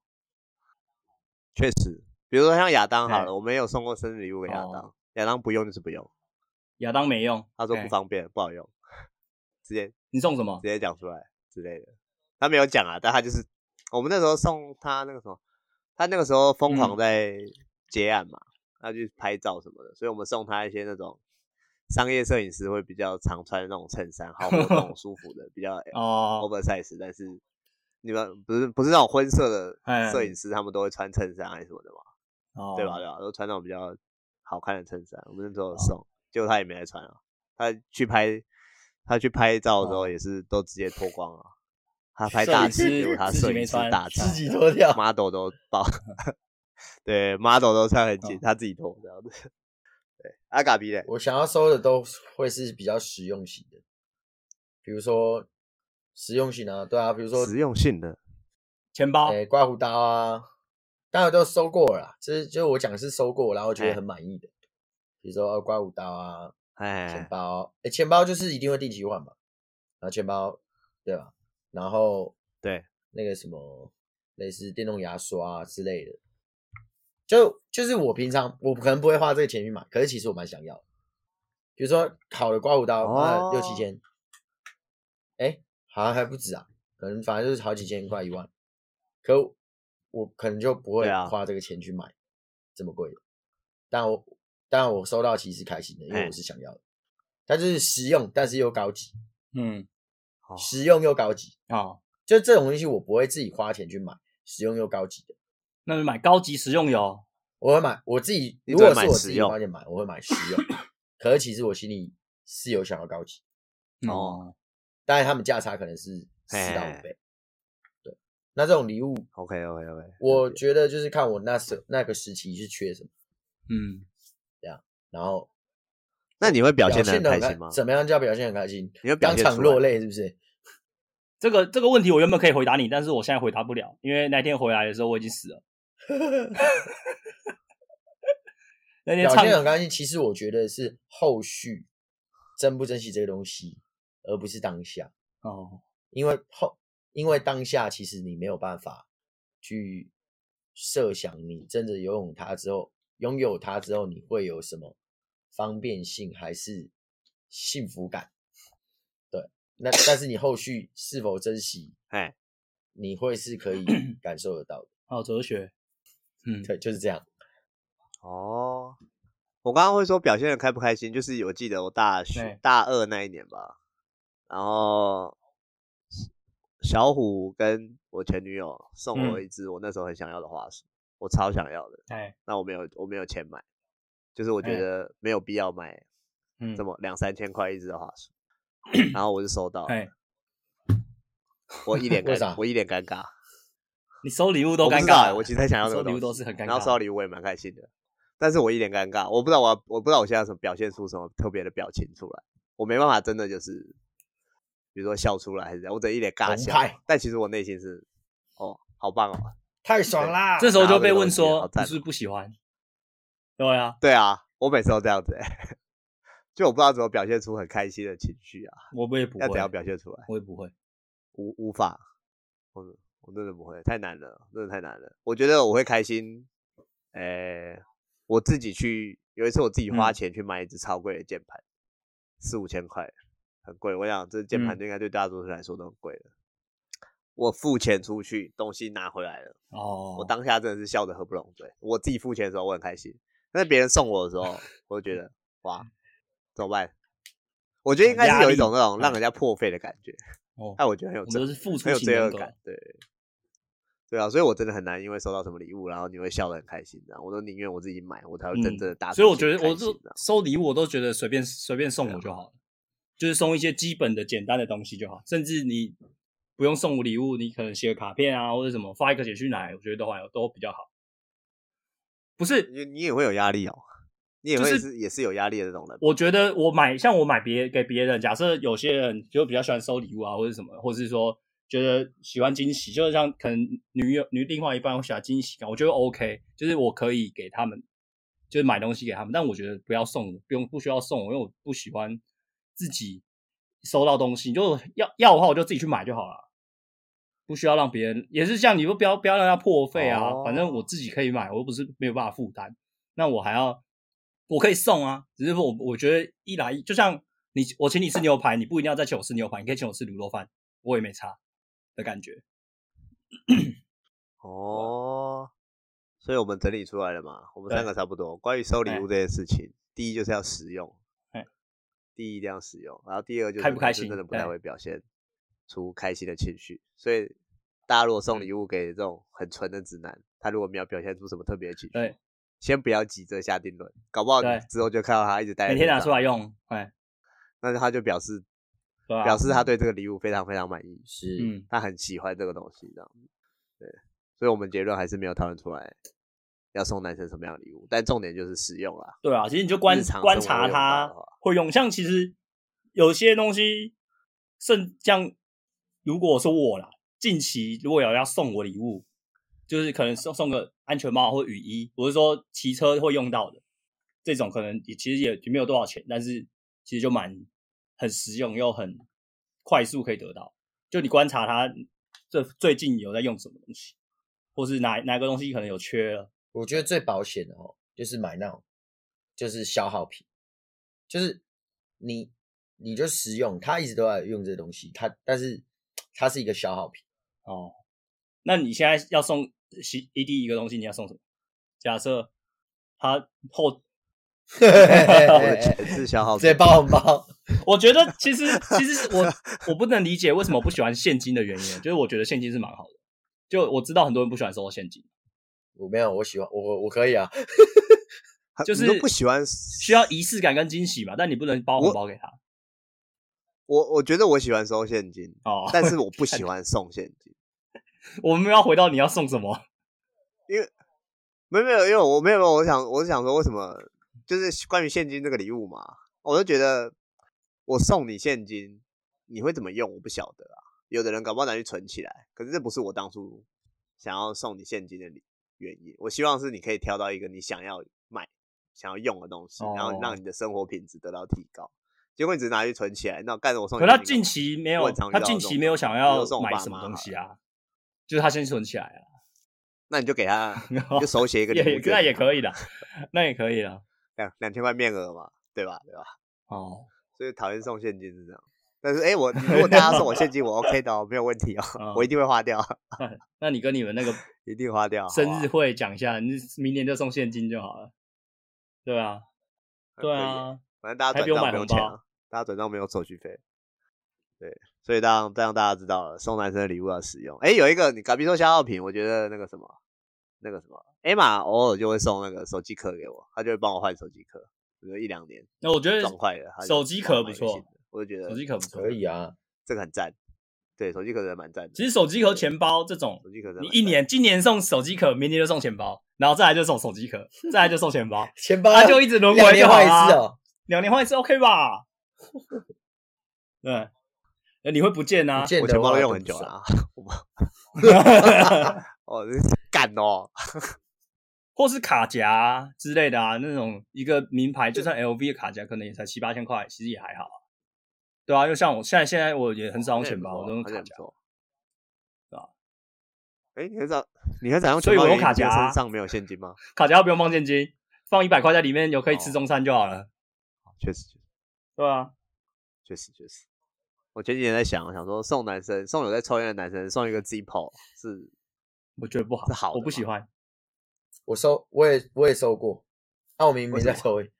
A: 确实，比如说像亚当好
B: 哎
A: 了，我们也有送过生日礼物给亚当
B: 哦，
A: 亚当不用就是不用，
B: 亚当没用，
A: 他说
B: 哎
A: 不方便不好用，直接
B: 你送什么
A: 直？接讲出来之类的。他没有讲啊，但他就是我们那时候送他那个什么，他那个时候疯狂
B: 嗯
A: 在接案嘛，他去拍照什么的，所以我们送他一些那种商业摄影师会比较常穿的那种衬衫，好活
B: [laughs]
A: 动舒服的，比较
B: 哦，
A: oversize，但是你们不是不是那种婚摄的
B: 哎
A: 摄影师，他们都会穿衬衫还是什么的嘛，
B: 哦
A: 对吧？对吧？都穿那种比较好看的衬衫，我们那时候有送，结果他也没来穿啊，他去拍他去拍照的时候也是都直接脱光了。他拍大
B: 摄影
A: 尺，
B: 师
A: 结果他
B: 自己
A: 摄
B: 没
A: 影师
B: 穿
A: 大尺，
C: 自己脱掉
A: model 都包，对，model 都穿很紧
B: 哦，
A: 他自己脱这样子。对，阿嘎比嘞，
C: 我想要收的都会是比较实用型的，比如说实用型啊，对啊，比如说
A: 实用性的，
B: 钱包
C: 哎、刮胡刀啊，当然都收过了啦，这就我讲的是收过，然后觉得
A: 哎
C: 很满意的，比如说呃刮胡刀啊，钱
A: 哎，
C: 包，哎、钱包就是一定会定期换嘛，然后钱包，对吧？然后
A: 对，
C: 那个什么，类似电动牙刷啊之类的，就就是我平常我可能不会花这个钱去买，可是其实我蛮想要的。比如说好的刮胡刀，妈的六七
A: 哦
C: 千，哎、好像还不止啊，可能反正就是好几千块一万，可我我可能就不会
A: 对啊
C: 花这个钱去买这么贵的，但我但我收到其实开心的，因为
A: 哎
C: 我是想要的，它就是实用，但是又高级，
B: 嗯，
A: 哦
C: 实用又高级，
B: 哦，
C: 就这种东西我不会自己花钱去买，实用又高级的。
B: 那就买高级实用油，
A: 哦
C: 我会买我自己，
A: 你
C: 如果
A: 只会
C: 是
A: 买
C: 我
A: 实
C: 自己
A: 用
C: 花钱买，我会买实用。可是其实我心里是有想要高级，
B: 嗯
A: 哦
C: 当然他们价差可能是四到
A: 嘿
C: 五倍。对，那这种礼物，
A: ，OK OK OK，
C: 我觉得就是看我那时那个时期是缺什么，
B: 嗯，
C: 然后
A: 那你会表现
C: 现
A: 的
C: 的
A: 很开心吗？
C: 怎么样叫表现很开心？
A: 你会表
C: 当
A: 现
C: 场
A: 出来
C: 落泪是不是？
B: 这个这个问题我原本可以回答你，但是我现在回答不了，因为那天回来的时候我已经死了。那天
C: 表
B: 唱
C: 现很开心，其实我觉得是后续珍不珍惜这个东西，而不是当下。
B: 哦，
C: 因为后，因为当下其实你没有办法去设想你真的拥有它之后，拥有它之后你会有什么方便性还是幸福感？对，那但是你后续是否珍惜，
A: 哎，
C: 你会是 [coughs] 可以感受得到的。
B: 好哲学，嗯，
C: 对，就是这样。
A: 哦，我刚刚会说表现的开不开心，就是我记得我大学
B: 对
A: 大二那一年吧，然后小虎跟我前女友送我
B: 嗯
A: 一只我那时候很想要的花束，我超想要的，
B: 哎，
A: 那我没有我没有钱买，就是我觉
B: 哎
A: 得没有必要买
B: 嗯
A: 这么两三千块一只的花
B: [clears throat]
A: 束，然后我就收到了，
B: 哎，
A: 我一脸
C: 为
A: 尴
C: 啥
A: 我一脸尴尬，
B: 你收礼物都
A: 我不
B: 尴
A: 知道欸
B: 尬，
A: 我其实在想要这
B: 收
A: 个
B: 礼物
A: 东
B: 都
A: 西
B: 是很尴尬，
A: 然后收到礼物我也蛮开心的，但是我一脸尴尬，我不知道我要我不知道我现在什么表现出什么特别的表情出来，我没办法真的就是，比如说笑出来还是怎样，我只能一脸尬
C: 澎
A: 笑
C: 湃，
A: 但其实我内心是，哦，好棒哦，
C: 太爽啦！
B: 这时候就被
A: 拿到
B: 问说
A: 这个东西好
B: 你
A: 赞哦
B: 是不是不喜欢？对啊，
A: 对啊，我每次都这样子、欸， [laughs] 就我不知道怎么表现出很开心的情绪啊，
B: 我我也不
A: 要怎
B: 会
A: 样，表现出来，
B: 我也不会，
A: 无无法，我我真的不会，太难了，真的太难了，我觉得我会开心，诶、我自己去，有一次我自己花
B: 嗯
A: 钱去买一只超贵的键盘，四五千块，很贵。我想这键盘
B: 嗯
A: 应该对大多数人来说都很贵了。我付钱出去，东西拿回来了，
B: 哦，
A: 我当下真的是笑得合不拢嘴。我自己付钱的时候我很开心，但是别人送我的时候，我就觉得哇，
B: [laughs]
A: 怎么办？我觉得应该
B: 压
A: 是有一
B: 力
A: 种那种让
B: 嗯
A: 人家破费的感觉，
B: 哦，
A: 但我觉得很有
B: 我们
A: 正
B: 都是付出
A: 很有
B: 型
A: 罪
B: 人
A: 恶
B: 格，
A: 感，对。对啊，所以我真的很难，因为收到什么礼物，然后你会笑得很开心的、我都宁愿我自己买，我才会真正的打、
B: 嗯所以我觉得我就收礼物，我都觉得随便随便送我就好了，就是送一些基本的、简单的东西就好。甚至你不用送我礼物，你可能写个卡片啊，或者什么发一个简讯来，我觉得都还有都比较好。不是，
A: 你你也会有压力哦，你也
B: 就
A: 会是、
B: 是
A: 也是有压力的这种人吧。
B: 我觉得我买像我买别给别人，假设有些人就比较喜欢收礼物啊，或者什么，或者是说觉得喜欢惊喜，就是像可能女友女另外一半会喜欢惊喜感，我觉得 OK，就是我可以给他们，就是买东西给他们，但我觉得不要送我，不用不需要送我，因为我不喜欢自己收到东西，就要要的话我就自己去买就好了。啊不需要让别人，也是像你不不要不要让他破费啊，
A: 哦
B: 反正我自己可以买，我又不是没有办法负担，那我还要我可以送啊，只是我我觉得一来一就像你我请你吃牛排，你不一定要再请我吃牛排，你可以请我吃卤肉饭，我也没差的感觉。
A: 哦，所以我们整理出来了嘛，我们
B: 对
A: 三个差不多。关于收礼
B: 哎
A: 物这件事情，第一就是要实用
B: 哎，
A: 第一一定要实用，然后第二就是
B: 开不
A: 可能
B: 开
A: 是
B: 心
A: 真的不太
B: 哎
A: 会表现出开心的情绪。所以大家如果送
B: 嗯
A: 礼物给这种很纯的直男，他如果没有表现出什么特别的情绪
B: 对，
A: 先不要急着下定论，搞不好你
B: 对
A: 之后就看到他一直带，
B: 每天拿出来，用，哎，
A: 那他就表示
B: 对吧、
A: 表示他对这个礼物非常非常满意，
C: 是，
B: 嗯，
A: 他很喜欢这个东西，这样子。对，所以我们结论还是没有讨论出来要送男生什么样的礼物，但重点就是实用啦。
B: 对啊，其实你就观
A: 日常生活
B: 观察
A: 用到的
B: 他
A: 话
B: 会用，像其实有些东西，甚像如果说我啦，近期如果有要送我礼物，就是可能送送个安全帽或雨衣，我是说骑车会用到的这种，可能也其实也没有多少钱，但是其实就蛮很实用又很快速可以得到。就你观察他这最近有在用什么东西，或是哪哪个东西可能有缺了，
C: 我觉得最保险的哦，就是买那种就是消耗品，就是你你就实用，他一直都在用这东西，他但是它是一个消耗品，
B: 哦，那你现在要送西 ED 一个东西，你要送什么？假设他后，
A: [laughs] 我的钱是消耗
C: 直接
A: 品，
C: 包红包，
B: 我觉得其实其实是我我不能理解为什么不喜欢现金的原因，就是我觉得现金是蛮好的。就我知道很多人不喜欢收到现金，
C: 我没有，我喜欢我我我可以啊，
A: 他
B: 就是
A: 啊你都不喜欢。
B: 需要仪式感跟惊喜嘛，但你不能包红包给他
A: 我我觉得我喜欢收现金，
B: 哦。
A: 但是我不喜欢送现金。
B: 我们要回到你要送什么？
A: 没有没有，因为我没有，没有我想我是想说为什么，就是关于现金这个礼物嘛，我就觉得我送你现金，你会怎么用，我不晓得啊。有的人搞不好拿去存起来，可是这不是我当初想要送你现金的理原因。我希望是你可以挑到一个你想要买、想要用的东西，然后
B: 哦
A: 让你的生活品质得到提高。结果你只拿去存起来，那干着我送你
B: 可
A: 现金干啊
B: 他
A: 嘛。
B: 近期没
A: 我
B: 有
A: 很常，遇
B: 他
A: 到
B: 近
A: 这种
B: 期没有
A: 状况比
B: 想要
A: 如说我
B: 买
A: 爸
B: 什么
A: 妈
B: 东西
A: 好了
B: 啊，就是他先存起来啊，
A: 那你就给他，你就手写一个礼
B: 哦也
A: 物
B: 也
A: 券
B: 那也可以的，那也可以的
A: 两两千块面额嘛，对吧？对吧？
B: 哦。
A: [laughs] 所以讨厌送现金是这样。但是哎、诶我如果大家送我
B: [laughs]
A: 现金，我 OK 的哦，没有问题哦
B: 嗯，
A: 我一定会花掉，
B: 那你跟你们那个
A: 一定花掉。
B: 生日
A: 啊好吧啊
B: 会讲一下，你明年就送现金就好了。对啊，对，
A: 可以
B: 啊，
A: 反正大家
B: 还不
A: 转
B: 用
A: 账
B: 买
A: 不用
B: 红
A: 钱、
B: 包
A: 啊，大家转账没有手续费。对，所以让让大家知道了，送男生的礼物要实用。哎、有一个你刚比说消耗品，我觉得那个什么，那个什么艾玛偶尔就会送那个手机壳给我，他就会帮我换手机壳，比如一两年
B: 那我觉得
A: 撞坏了，他就
B: 手机壳不
A: 帮我买一个新
B: 错
A: 的，，我就觉得
B: 手机壳不错
C: 可。以啊，
A: 这个很赞，对，手机壳真的蛮赞的。
B: 其实手机壳、钱包这种
A: 手，机壳真的
B: 你
A: 蛮
B: 一
A: 赞的
B: 年今年送手机壳，明年就送钱包，然后再来就送手机壳，再来就送钱
A: [laughs]
B: 包，
C: 钱包
B: 啊，就一直轮
C: 两
B: 回就
C: 年
B: 好
C: 换
B: 了
C: 一
B: 啊
C: 次。哦，
B: 两年换一次 OK 吧？ [laughs] 对，呃你会不见啊
C: 不？见
A: 我
C: 得
A: 钱包
C: 话
A: 都
C: 就
A: 用
C: 不
A: 很久了
C: 爽
A: 啊，我不 [laughs] 哦，
B: [laughs]
A: 这是干哦，
B: 或是卡夹啊之类的啊，那种一个名牌，就算 LV 的卡夹，可能也才七八千块，其实也还好啊。对啊，就像我现在现在我也很
A: 哦
B: 少用钱包，
A: 啊
B: 我都用卡夹。对吧？
A: 哎，你很少，你很少用
B: 所
A: 钱
B: 以
A: 包
B: 我
A: 的
B: 有
A: 原因
B: 卡
A: 就是
B: 夹啊
A: 身上没有现金吗？
B: 卡夹不用放现金，放一百块在里面，有可以吃
A: 哦
B: 中餐就好了。
A: 确实，
B: 对啊，
A: 确实，确实。我前几天在想，我想说送男生，送有在抽烟的男生送一个 Zippo 是
B: 我觉得不好
A: 是，好的
B: 我不喜
A: 吗
B: 欢。
C: 我收我也我也收过，那我明明
A: 为什
C: 在
A: 么
C: 抽烟，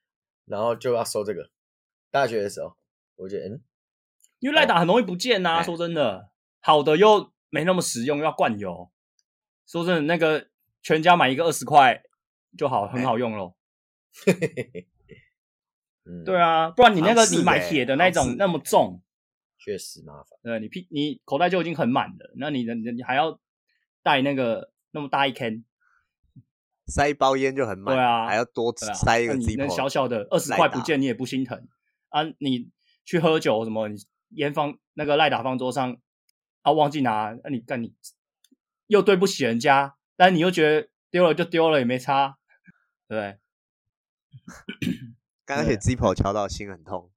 C: 然后就要收这个，大学的时候，我觉得嗯，
B: 因为赖打很容易不见呐、
A: 哎
B: 说真的，好的又没那么实用，又要灌油。说真的，那个全家买一个二十块就好，很
A: 哎
B: 好用咯。
C: 嗯，
B: 对，啊，不然你那
A: 好
B: 个
A: 像是
B: 你买
A: 欸
B: 铁的
A: 好
B: 那
A: 像是
B: 种那么重，
C: 确实麻烦。
B: 对你屁你口袋就已经很满了，那你的你的你还要带那个那么大一坑，
A: 塞一包烟就很满，
B: 对啊
A: 还要多
B: 对吧、
A: 塞一
B: 那
A: 个
B: 你那
A: Zippo，
B: 小小的二十块不见你也不心疼啊！你去喝酒什么，你烟放那个赖打放桌上，啊，忘记拿，那、你干你又对不起人家，但你又觉得丢了就丢了也没差，对不对，
A: 刚而且 Zippo 敲到心很痛，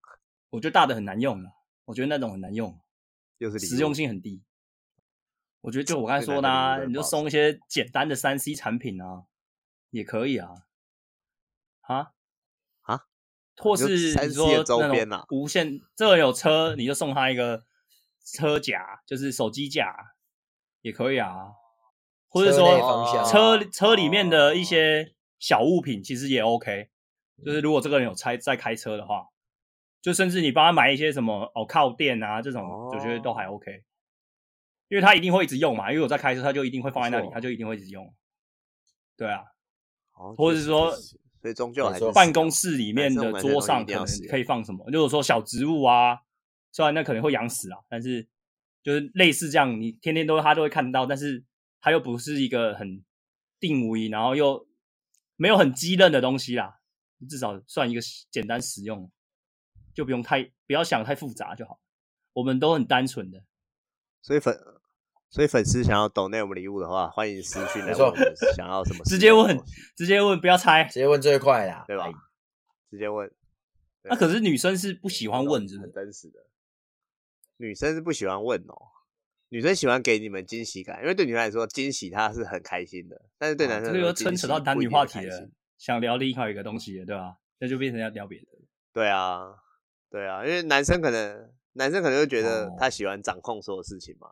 B: 我觉得大的很难用了，我觉得那种很难用，啊
A: 又是礼
B: 实
A: 物
B: 用性很低。我觉得就我刚才说的、
A: 这个难度真
B: 啊，
A: 的
B: 你
A: 不
B: 就
A: 好说
B: 送一些简单的三 C 产品啊，也可以啊，啊
A: 啊，
B: 或
A: 你就是 3C
B: 你说
A: 的周边
B: 那
A: 啊
B: 种无线，这人有车你就送他一个车夹，就是手机架也可以啊，或者
C: 车
B: 说
C: 内方
A: 哦
C: 向
B: 车车里面的一些小物品，其实也 OK。就是
A: 嗯
B: 如果这个人有开在开车的话，就甚至你帮他买一些什么哦靠垫啊这种，
A: 哦
B: 我觉得都还 OK，因为他一定会一直用嘛。因为我在开车，他就一定会放在那
A: 不
B: 里，
A: 错
B: 他就一定会一直用。对啊，
A: 哦
B: 或者
A: 确
B: 是
A: 实
B: 说
A: 确实所以终究
C: 有
A: 还
C: 时
A: 是
C: 候
B: 办公室里面
A: 男生
B: 的
A: 我们
B: 桌上
A: 这种一啊定要
B: 可能
A: 使用
B: 可以放什么？就是说小植物啊，虽然那可能会养死啊，但是就是类似这样，你天天都他都会看到，但是他又不是一个很定无疑，然后又没有很激嫩的东西啦，至少算一个简单实用，就不用太不要想太复杂就好。我们都很单纯的，
A: 所以粉，所以粉丝想要懂内我们礼物的话，欢迎私讯来
C: 没错
A: 问我们想要什么，
B: 直接问，直接问不要猜。
C: 直接问最快啦，哎
A: 对吧？直接问。
B: 那、啊可是女生是不喜欢问，是不
A: 很
B: 是？
A: 真实的。女生是不喜欢问哦，女生喜欢给你们惊喜感，因为对女生来说，惊喜她是很开心的，但是对
B: 啊
A: 男生
B: 这个
A: 来
B: 又
A: 说
B: 牵扯到
A: 惊喜
B: 男
A: 不一
B: 女
A: 定会
B: 话题
A: 开
B: 了
A: 心，
B: 想聊另外一个东西了，对吧？那就变成要聊别的。
A: 对啊，对啊，因为男生可能男生可能会觉得
B: 哦
A: 他喜欢掌控所有事情嘛，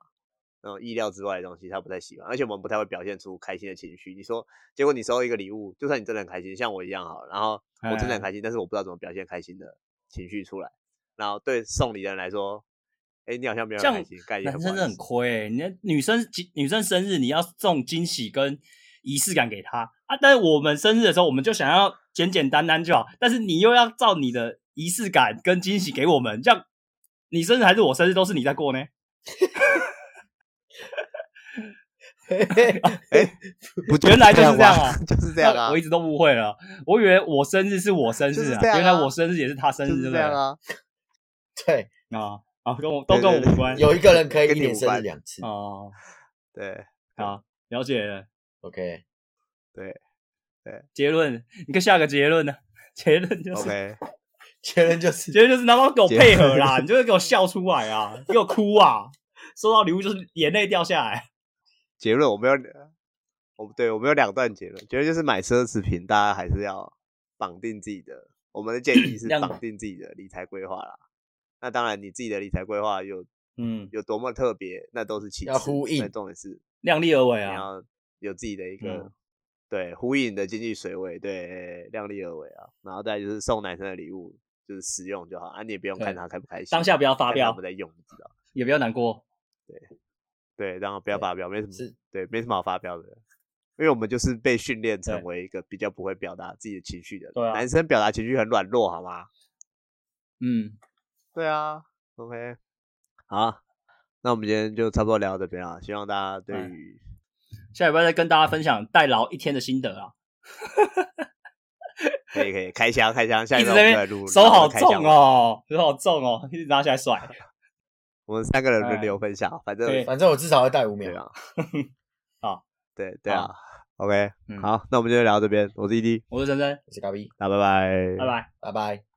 A: 那种意料之外的东西他不太喜欢，而且我们不太会表现出开心的情绪。你说，结果你收到一个礼物，就算你真的很开心，像我一样好了，然后我真的
B: 哎
A: 很开心，但是我不知道怎么表现开心的情绪出来。然后对送礼的人来说，哎，你好像没有
B: 这
A: 很
B: 样
A: 开心，概念
B: 男生真的很
A: 酷。
B: 亏、欸，你看女生女生生日你要送惊喜跟仪式感给她啊，但是我们生日的时候我们就想要简简单单就好，但是你又要照你的仪式感跟惊喜给我们，这样你生日还是我生日都是你在过呢？
A: 不就
B: [laughs] 原来就是这样
A: 吗
B: 啊
A: 就是这样
B: 那
A: 啊
B: 我，一直都误会了，我以为我生日是我生
A: 就
B: 日
A: 是
B: 啊，
A: 这样啊
B: 原来我生日也是他生
A: 就
B: 日，对
A: 是
B: 不
A: 这
B: 对
A: 样啊。
C: 对，
B: 啊啊，跟我都
A: 对
B: 跟我
A: 对对
B: 无关
C: 有一个人可以
A: 跟
C: 一
A: 你
C: 年
A: 无
C: 生日
A: 关
C: 两次
B: 哦，
A: 啊对，
B: 好，了解了。
C: ，OK，
B: 结论，你可以下个结论呢、结论就是
A: OK，
C: 结论就是
B: 结论就是他妈给我
A: 结
B: 配合 [laughs] 啦，你就是给我笑出来啊，给我哭啊，收到礼物就是眼泪掉下来。
A: 结论我们有，我对我们有两段结论，结论就是买奢侈品，大家还是要绑定自己的。我们的建议是
B: 这样
A: 绑定自己的理财规划啦。那当然，你自己的理财规划有
B: 嗯，
A: 有多么特别，那都是其次。
C: 要呼应
A: 那重点是你
B: 量力而为啊，
A: 要有自己的一个、
B: 嗯
A: 对呼应你的经济水位，对量力而为啊。然后再就是送男生的礼物，就是实用就好啊，你也不用看
B: 对
A: 他开不开心，
B: 当下不要发
A: 看他
B: 飙
A: 们，在用，你知道。
B: 也不要难过。
A: 对，然后不要
C: 对
A: 发表，没什么
C: 是，
A: 对，没什么好发表的，因为我们就是被训练成
B: 对
A: 为一个比较不会表达自己的情绪的人。
B: 对啊
A: 男生表达情绪很软弱，好吗？
B: 嗯，
A: 对啊，OK，好啊，那我们今天就差不多聊到这边啊，希望大家对
B: 哎
A: 于
B: 下礼拜再跟大家分享代劳一天的心得啊，
A: 可以可以开箱
B: [laughs]
A: 开箱，下
B: 一
A: 一
B: 直
A: 周我
B: 在
A: 们
B: 那
A: 再
B: 边
A: 录
B: 手好
A: 开箱
B: 重，哦，手好重哦，一直拿起来甩。
A: 我们三个人轮
B: 哎
A: 流分享，反正
B: 对，
C: 反正我至少会带五
A: 对
C: 秒。
A: 啊
B: [laughs] 好，
A: 对对
B: 好
A: 啊，OK，
B: 嗯
A: 好，那我们就聊到这边，我是 E ED，
B: 我是珍珍，
C: 我是高 B，
A: 那拜拜，
B: 拜拜。
C: 拜拜。